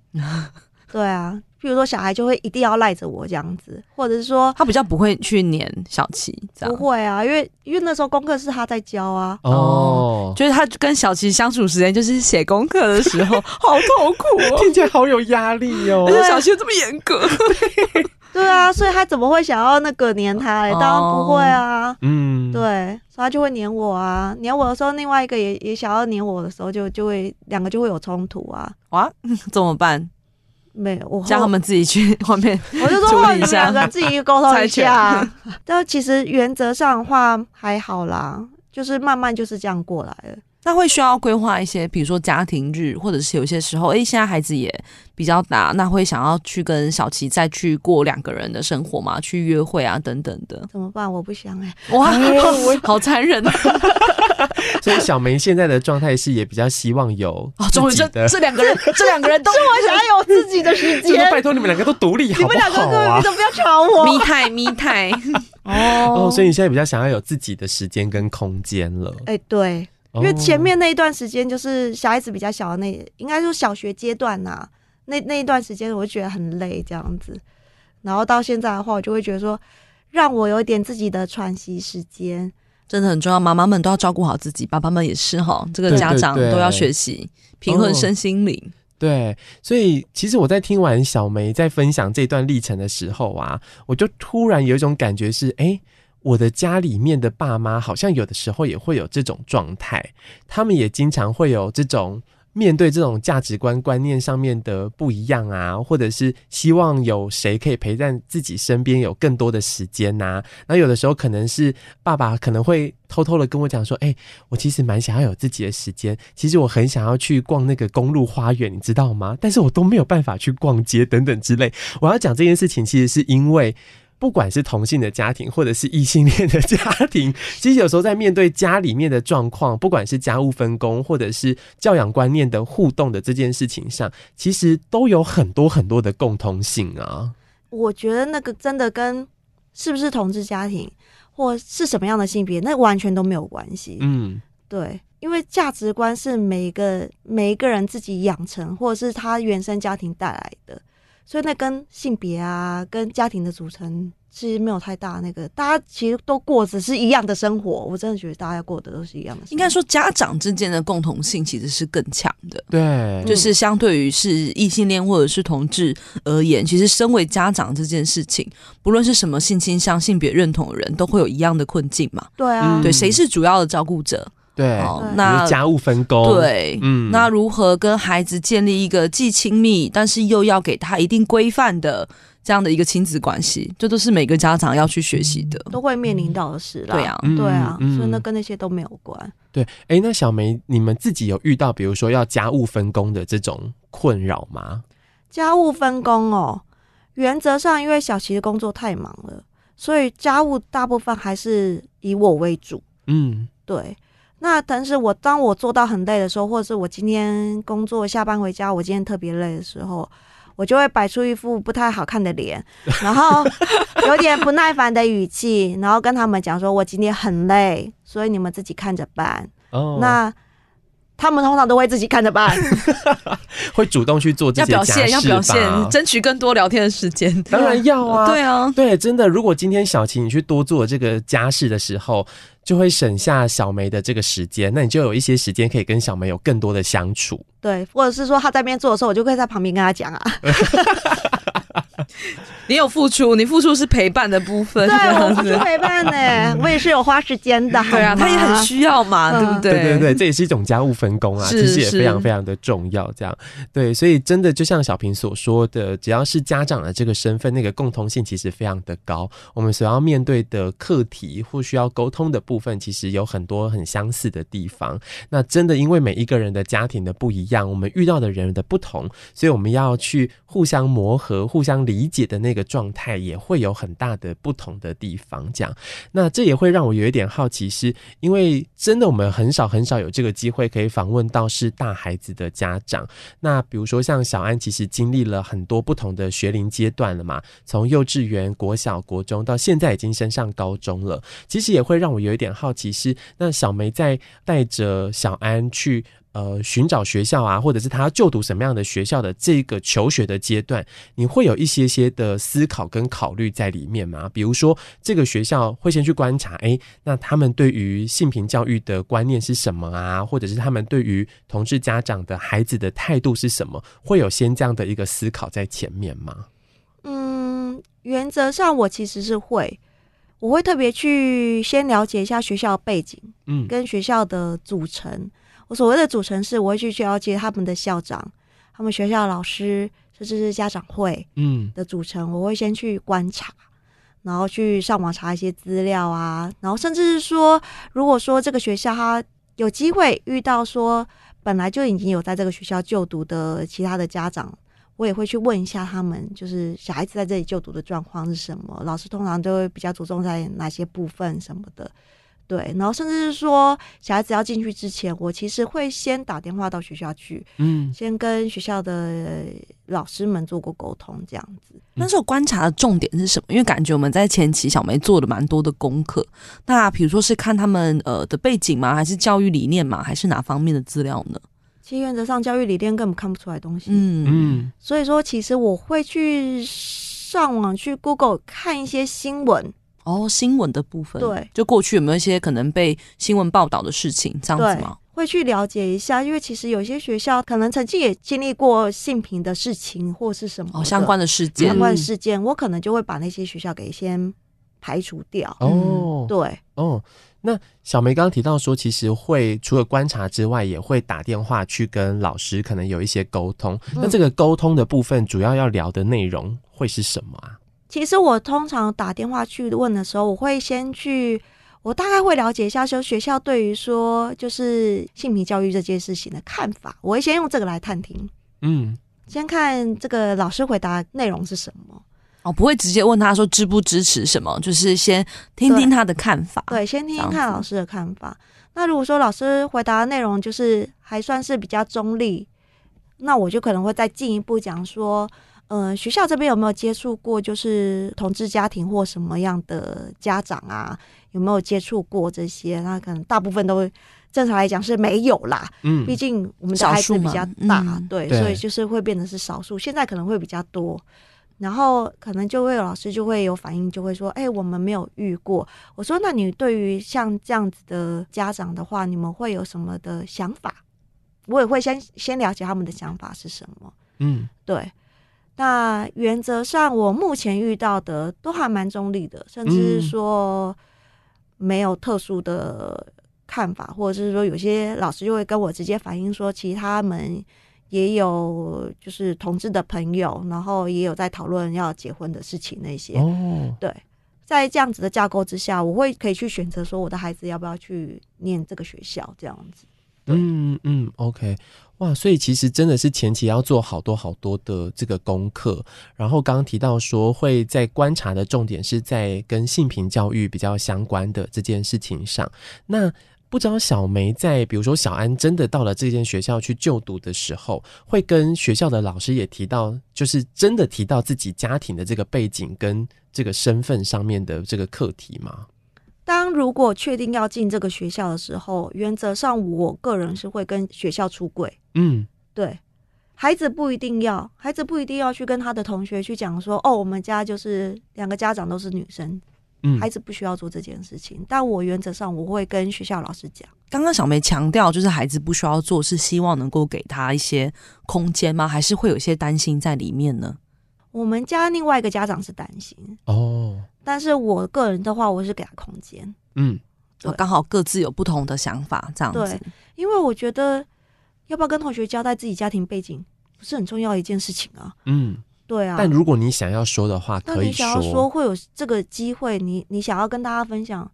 对啊。譬如说，小孩就会一定要赖着我这样子，或者是说
他比较不会去黏小琪，这
不
样
会啊，因为因为那时候功课是他在教啊，
哦，
就是他跟小琪相处时间就是写功课的时 候，好痛苦哦。
听起来好有压力哦
而。 且小琪又这么严格，
对啊，所以他怎么会想要那个黏他嘞？
哦
当然不会啊，
嗯，
对，所以他就会黏我啊，黏我的时候，另外一个也也想要黏我的时候就，就会两个就会有冲突啊。
哇， 怎么办？
没有，我后
叫他们自己去外面
我就
处
说，
理
你
一
们
下
两个自己沟通一
猜
下。 但其实原则上的话还好啦，就是慢慢就是这样过来了。
那会需要规划一些，比如说家庭日，或者是有些时候，诶，现在孩子也比较大，那会想要去跟小琪再去过两个人的生活嘛，去约会啊等等的。
怎么办？我不想哎、
哇，
哦
好残忍啊！
所以小梅现在的状态是也比较希望有
哦终于
自己
这
的，
这两个人，这两个人都
我想要有自己的 时
就是
间。
拜托你们两个都独立
你
好
们
不
两个
好
根本
啊
你？都不要吵我。
咪太咪太
哦，
哦
所以你现在比较想要有自己的时间跟空间了， 哦
哎、对，
因
因为前面那一段时间就是小孩子比较小的那，应该说小学阶段呐、那那一段时间我就觉得很累这样子，然后到现在的话，我就会觉得说，让我有一点自己的喘息时间，
真的很重要，妈妈们都要照顾好自己，爸爸们也是哈，这个
对
家
对
长
对
都要学习平衡
哦
身心灵。
对，所以其实我在听完小梅在分享这段历程的时候啊，我就突然有一种感觉是，哎，我的家里面的爸妈好像有的时候也会有这种状态，他们也经常会有这种。面对这种价值观观念上面的不一样啊，或者是希望有谁可以陪在自己身边有更多的时间呐、那有的时候可能是爸爸可能会偷偷的跟我讲说，哎、我其实蛮想要有自己的时间，其实我很想要去逛那个公路花园，你知道吗？但是我都没有办法去逛街等等之类。我要讲这件事情，其实是因为。不管是同性的家庭，或者是异性恋的家庭，其实有时候在面对家里面的状况，不管是家务分工，或者是教养观念的互动的这件事情上，其实都有很多很多的共通性啊。
我觉得那个真的跟是不是同志家庭或是什么样的性别，那完全都没有关系。
嗯，
对，因为价值观是每一个每一个人自己养成，或者是他原生家庭带来的，所以那跟性别啊，跟家庭的组成其实没有太大那个。大家其实都过着是一样的生活，我真的觉得大家过的都是一样的生活。
应该说，家长之间的共同性其实是更强的。
对，
就是相对于是异性恋或者是同志而言，其实身为家长这件事情，不论是什么性倾向、性别认同的人，都会有一样的困境嘛。
对啊，
嗯
对，谁是主要的照顾者？
对，
哦，
比如
那
家务分工，，
对。
嗯
那如何跟孩子建立一个既亲密，但是又要给他一定规范的这样的一个亲子关系，这都是每个家长要去学习的。
都会面临到的事啦。
对啊，
嗯
嗯对啊，
嗯
所以那跟那些都没有关。
对，哎，那小梅，你们自己有遇到比如说要家务分工的这种困扰吗？
家务分工哦，原则上因为小琪的工作太忙了，所以家务大部分还是以我为主。
嗯，
对，那但是我当我做到很累的时候，或者是我今天工作下班回家，我今天特别累的时候，我就会摆出一副不太好看的脸， 然后有点不耐烦的语气，然后跟他们讲说我今天很累，所以你们自己看着办。
哦
那他们通常都会自己看着办。
会主动去做这
要
些
表
家
现，
事
要表现，
吧
争取更多聊天的时间。
当然要啊，
对啊，
对，真的，如果今天小琪你去多做这个家事的时候，就会省下小梅的这个时间，那你就有一些时间可以跟小梅有更多的相处。
对，或者是说他在那边做的时候，我就会在旁边跟他讲啊。
你有付出，你付出是陪伴的部分，
对，
这
我
样
不是
子。
陪伴 呢、我也是有花时间的。
对啊，
好吗
他也很需要嘛，
嗯
对不
对对
对
对，这也是一种家务分工啊，
是
其实也
是
非常非常的重要。这样对，所以真的就像小平所说的，只要是家长的这个身份，那个共同性其实非常的高。我们所要面对的课题或需要沟通的部分，其实有很多很相似的地方。那真的因为每一个人的家庭的不一样，我们遇到的人的不同，所以我们要去互相磨合、互相理解的那个状态，也会有很大的不同的地方。这样，那这也会让我有一点好奇是，因为真的我们很少很少有这个机会可以访问到是大孩子的家长。那比如说像小安，其实经历了很多不同的学龄阶段了嘛，从幼稚园、国小、国中到现在已经升上高中了。其实也会让我有一点好奇是，那小梅在带着小安去。呃，寻找学校啊，或者是她要就读什么样的学校的这个求学的阶段，你会有一些些的思考跟考虑在里面吗？比如说，这个学校会先去观察，诶，那他们对于性平教育的观念是什么啊？或者是他们对于同志家长的孩子的态度是什么？会有先这样的一个思考在前面吗？
嗯，原则上我其实是会，我会特别去先了解一下学校背景
嗯，
跟学校的组成。我所谓的组成是，我会去了解他们的校长、他们学校的老师，甚至是家长会
嗯
的组成。我会先去观察，然后去上网查一些资料啊，然后甚至是说，如果说这个学校它有机会遇到说本来就已经有在这个学校就读的其他的家长，我也会去问一下他们，就是小孩子在这里就读的状况是什么。老师通常都会比较着重在哪些部分什么的。对，然后甚至是说，小孩子要进去之前，我其实会先打电话到学校去，
嗯
先跟学校的老师们做过沟通，这样子。
那时候观察的重点是什么？因为感觉我们在前期小梅做了蛮多的功课。那比如说是看他们呃的背景吗？还是教育理念吗？还是哪方面的资料呢？
其实原则上教育理念根本看不出来东西，
嗯
嗯
所以说其实我会去上网去 Google 看一些新闻，
哦，新闻的部分，
对，
就过去有没有一些可能被新闻报道的事情，这样子
对
吗？，
会去了解一下，因为其实有些学校可能曾经也经历过性平的事情或是什么
哦，
的
相关的事件
相，关事件，我可能就会把那些学校给先排除掉。
嗯
哦
对，
哦，那小梅刚刚提到说，其实会除了观察之外，也会打电话去跟老师可能有一些沟通。那
嗯
这个沟通的部分，主要要聊的内容会是什么啊？
其实我通常打电话去问的时候，我会先去，我大概会了解一下说学校对于说就是性平教育这件事情的看法，我会先用这个来探听，
嗯
先看这个老师回答内容是什么。
哦，不会直接问他说支不支持什么，就是先听听他的看法。
对，先听
啊这
听
样
看
子
老师的看法。那如果说老师回答的内容就是还算是比较中立，那我就可能会再进一步讲说，呃，学校这边有没有接触过就是同志家庭或什么样的家长啊？有没有接触过这些？那可能大部分都会正常来讲是没有啦，
嗯
毕竟我们的
少
孩子
数
比
嘛
较大，
嗯
对，
对
所以就是会变得是少数。现在可能会比较多，然后可能就会有老师就会有反应，就会说：“哎、我们没有遇过。”我说：“那你对于像这样子的家长的话，你们会有什么的想法？”我也会先先了解他们的想法是什么。
嗯
对，那原则上我目前遇到的都还蛮中立的，甚至
嗯
是说没有特殊的看法，或者是说有些老师就会跟我直接反映说，其实他们也有就是同志的朋友，然后也有在讨论要结婚的事情那些。
哦
对，在这样子的架构之下，我会可以去选择说我的孩子要不要去念这个学校这样子。对
嗯嗯，OK，哇，所以其实真的是前期要做好多好多的这个功课，然后刚刚提到说会在观察的重点是在跟性平教育比较相关的这件事情上，那。不知道小梅在，比如说小安真的到了这间学校去就读的时候，会跟学校的老师也提到，就是真的提到自己家庭的这个背景跟这个身份上面的这个课题吗？
当如果确定要进这个学校的时候，原则上我个人是会跟学校出轨。
嗯
对，孩子不一定要，孩子不一定要去跟他的同学去讲说，哦，我们家就是两个家长都是女生，
嗯
孩子不需要做这件事情。但我原则上我会跟学校老师讲。
刚刚小梅强调，就是孩子不需要做，是希望能够给他一些空间吗？还是会有一些担心在里面呢？
我们家另外一个家长是担心，
哦
但是我个人的话，我是给他空间，
嗯
对
哦刚好各自有不同的想法，这样子
对。因为我觉得要不要跟同学交代自己家庭背景不是很重要的一件事情啊。
嗯，
对啊，
但如果你想要说的话，
那
可
你
以
想要说会有这个机会，你你想要跟大家分享，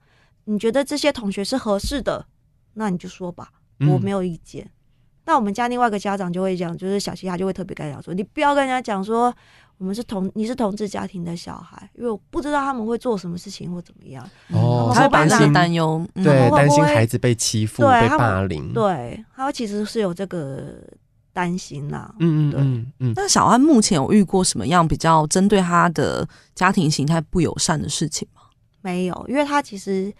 你觉得这些同学是合适的，那你就说吧，我没
有
有意见。那我们家另外一个家长就会讲，就是小西他就会特别跟人家说，你不要跟人家讲说我们是同你是同志家庭的小孩，因为我不知道他们会做什么事情或怎么样，
嗯
哦
他会把
我
这
爸
个
爸
担忧，嗯
对
会不
担心
会
孩子被欺负、
对
被
他们
霸凌，，
对，他其实是有这个担心啦、
嗯嗯
对
嗯嗯，
那小安目前有遇过什么样比较针对他的家庭形态不友善的事情吗？
没有，因为他其实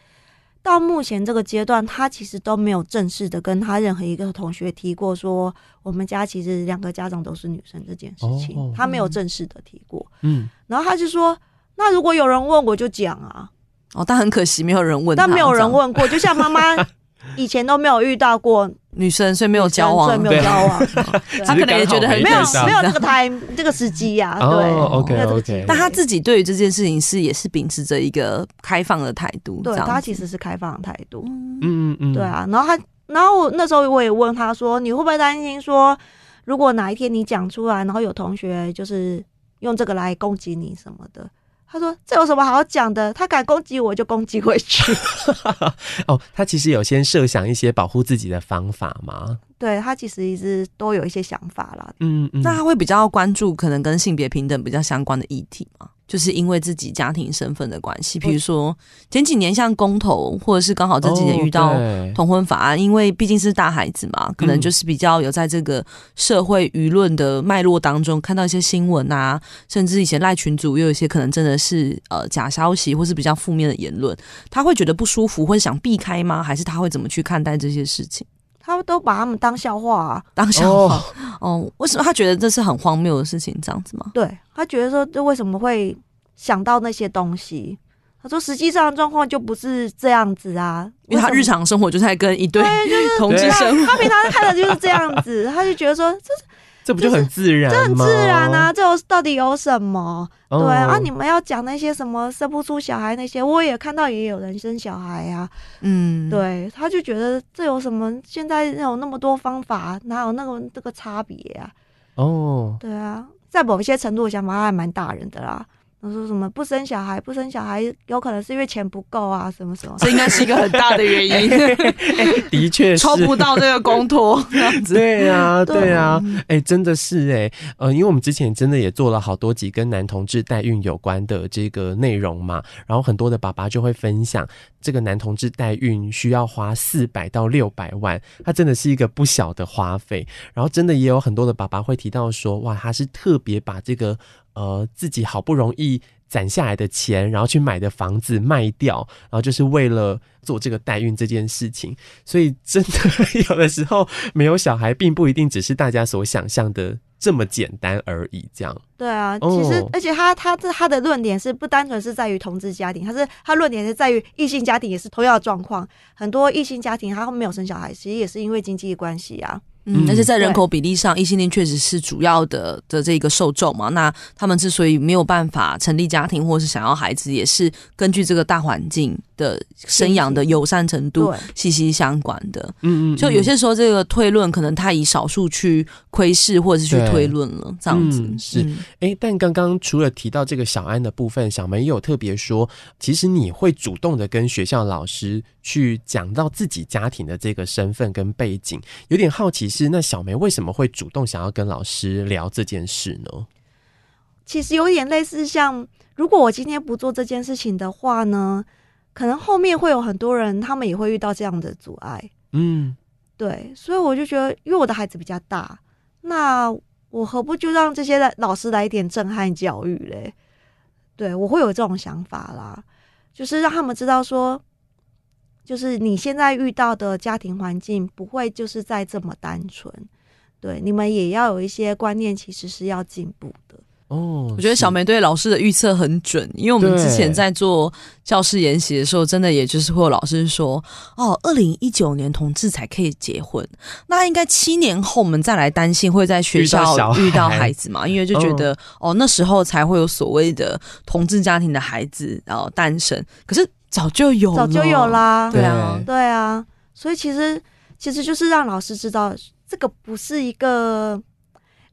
到目前这个阶段，他其实都没有正式的跟他任何一个同学提过说我们家其实两个家长都是女生这件事情，
哦
他没有正式的提过。
嗯
然后他就说，那如果有人问我就讲啊，
哦，但很可惜没有人问他，
但没有
这
人
样，
问过，就像 妈妈以前都没有遇到过，
女生所以没有交
所以
往，
没有
对
交往， 啊
只是
他可能也
刚好
觉得很
没
没有
可惜
没有这个 time 这个时机啊呀、对，
哦，OK
，OK，
没有这个
OK，
机
但
会
他自己对于这件事情是也是秉持着一个开放的态度，
对
这样
他
子
其实是开放的态度。
嗯
嗯嗯嗯，
对，啊，然后他，然后我那时候我也问他说，你会不会担心说，如果哪一天你讲出来，然后有同学就是用这个来攻击你什么的？他说这有什么好讲的？他敢攻击我就攻击回去。
哦，他其实有先设想一些保护自己的方法嘛，
对他其实一直都有一些想法啦。
嗯嗯，
那他会比较关注可能跟性别平等比较相关的议题吗？就是因为自己家庭身份的关系，比如说前几年像公投，或者是刚好这几年遇到
哦对嗯
同婚法案，因为毕竟是大孩子嘛，可能就是比较有在这个社会舆论的脉络当中看到一些新闻啊，甚至以前赖群主又有一些可能真的是呃假消息或是比较负面的言论，他会觉得不舒服，会想避开吗？还是他会怎么去看待这些事情？
他们都把他们当笑话、啊，
当笑话
哦
哦为什么他觉得这是很荒谬的事情？这样子吗？
对他觉得说，这为什么会想到那些东西？他说实际上状况就不是这样子啊，
因为他
什么
日常生活就在跟一对
对就 是
同
对
志
啊
生活，
他平常看的就是这样子，他就觉得说这
这不就很自然
这很
吗
自然啊，，这有到底有什么？
哦
对啊，你们要讲那些什么生不出小孩那些，我也看到也有人生小孩啊。
嗯，
对，他就觉得这有什么？现在有那么多方法，哪有那个这个差别啊？
哦，
对啊，在某一些程度，我想法还蛮大人的啦。他说什么不生小孩，不生小孩有可能是因为钱不够啊，什么什么。
这应该是一个很大的原 因，
的确是
抽不到这个公托这样子。
对啊，
对
对啊，哎、真的是哎、呃，因为我们之前真的也做了好多集跟男同志代孕有关的这个内容嘛，然后很多的爸爸就会分享，这个男同志代孕需要花四百到六百万，它真的是一个不小的花费。然后真的也有很多的爸爸会提到说，哇，他是特别把这个呃自己好不容易。攒下来的钱，然后去买的房子卖掉，然后就是为了做这个代孕这件事情。所以真的有的时候没有小孩，并不一定只是大家所想象的这么简单而已。这样，
对啊，
哦
其实而且他他这他的论点是不单纯是在于同志家庭，他是他论点是在于异性家庭也是同样的状况，很多异性家庭他没有生小孩，其实也是因为经济关系啊。
嗯，
嗯
而且在人口比例上，异性恋确实是主要的的这个受众嘛。那他们之所以没有办法成立家庭，或是想要孩子，也是根据这个大环境的生养的友善程度
对
息息相关的。
嗯嗯，
就有些时候，这个推论可能他以少数去窥视，或者是去
对
推论了，这样子、
嗯是哎、诶但刚刚除了提到这个小安的部分，小梅也有特别说，其实你会主动的跟学校老师去讲到自己家庭的这个身份跟背景，有点好奇是那小梅为什么会主动想要跟老师聊这件事呢？
其实有点类似像，如果我今天不做这件事情的话呢，可能后面会有很多人他们也会遇到这样的阻碍。
嗯
对，所以我就觉得，因为我的孩子比较大，那我何不就让这些老师来一点震撼教育嘞？对我会有这种想法啦，就是让他们知道说，就是你现在遇到的家庭环境不会就是再这么单纯，对，你们也要有一些观念，其实是要进步的。
哦，
我觉得小
梅
梅对老师的预测很准，因为我们
对
之前在做教师研习的时候，真的也就是会有老师说，哦，二零一九年同志才可以结婚，那应该七年后我们再来担心会在学
遇到小
校
孩嗯
遇到孩子嘛，因为就觉得、哦那时候才会有所谓的同志家庭的孩子然后诞生，可是早就有
早就
了
有，啦，
对啊
对
对啊，所以其实其实就是让老师知道，这个不是一个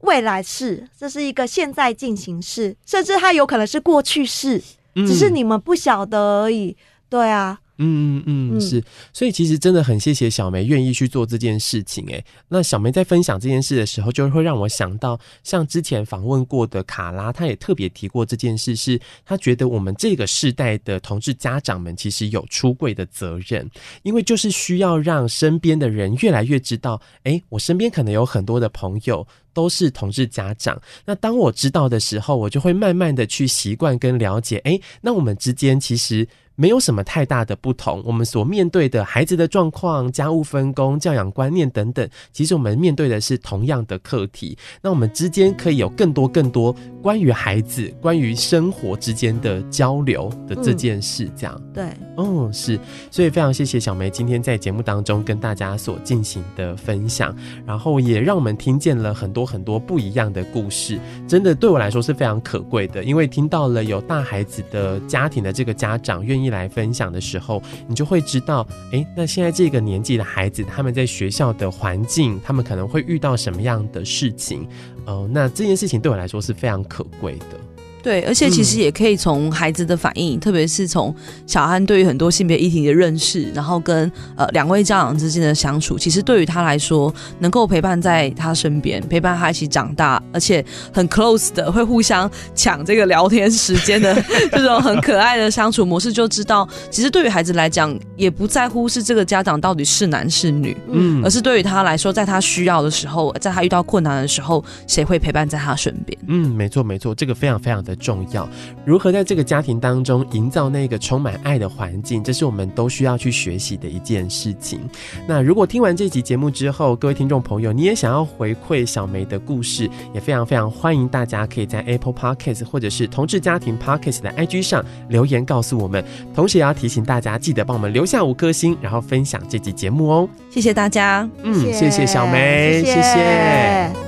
未来式，这是一个现在进行式，甚至它有可能是过去式，只
嗯
是你们不晓得而已。对啊，
嗯嗯嗯，
嗯
是，所以其实真的很谢谢小梅愿意去做这件事情、欸。那小梅在分享这件事的时候，就会让我想到，像之前访问过的卡拉，她也特别提过这件事是，她觉得我们这个世代的同志家长们其实有出柜的责任，因为就是需要让身边的人越来越知道，哎、我身边可能有很多的朋友。都是同志家长，那当我知道的时候，我就会慢慢的去习惯跟了解，哎、那我们之间其实没有什么太大的不同。我们所面对的孩子的状况、家务分工、教养观念等等，其实我们面对的是同样的课题。那我们之间可以有更多更多关于孩子、关于生活之间的交流的这件事，这样。
对，
嗯，是，所以非常谢谢小梅今天在节目当中跟大家所进行的分享，然后也让我们听见了很多很多不一样的故事，真的对我来说是非常可贵的，因为听到了有大孩子的家庭的这个家长愿意来分享的时候，你就会知道，诶，那现在这个年纪的孩子他们在学校的环境，他们可能会遇到什么样的事情，哦、那这件事情对我来说是非常可贵的。
对，而且其实也可以从孩子的反应，特别是从小安对于很多性别议题的认识，然后跟呃两位家长之间的相处，其实对于他来说，能够陪伴在他身边，陪伴他一起长大，而且很 close 的会互相抢这个聊天时间的这种很可爱的相处模式，就知道其实对于孩子来讲，也不在乎是这个家长到底是男是女，
嗯
而是对于他来说，在他需要的时候，在他遇到困难的时候，谁会陪伴在他身边。
嗯，没错没错，这个非常非常的重要。如何在这个家庭当中营造那个充满爱的环境，这是我们都需要去学习的一件事情。那如果听完这集节目之后，各位听众朋友，你也想要回馈小梅的故事，也非常非常欢迎大家可以在 Apple Podcast 或者是同志家庭 Podcast 的 IG 上留言告诉我们。同时也要提醒大家，记得帮我们留下五颗星，然后分享这集节目哦。
谢谢大家。
嗯，谢谢小梅，谢谢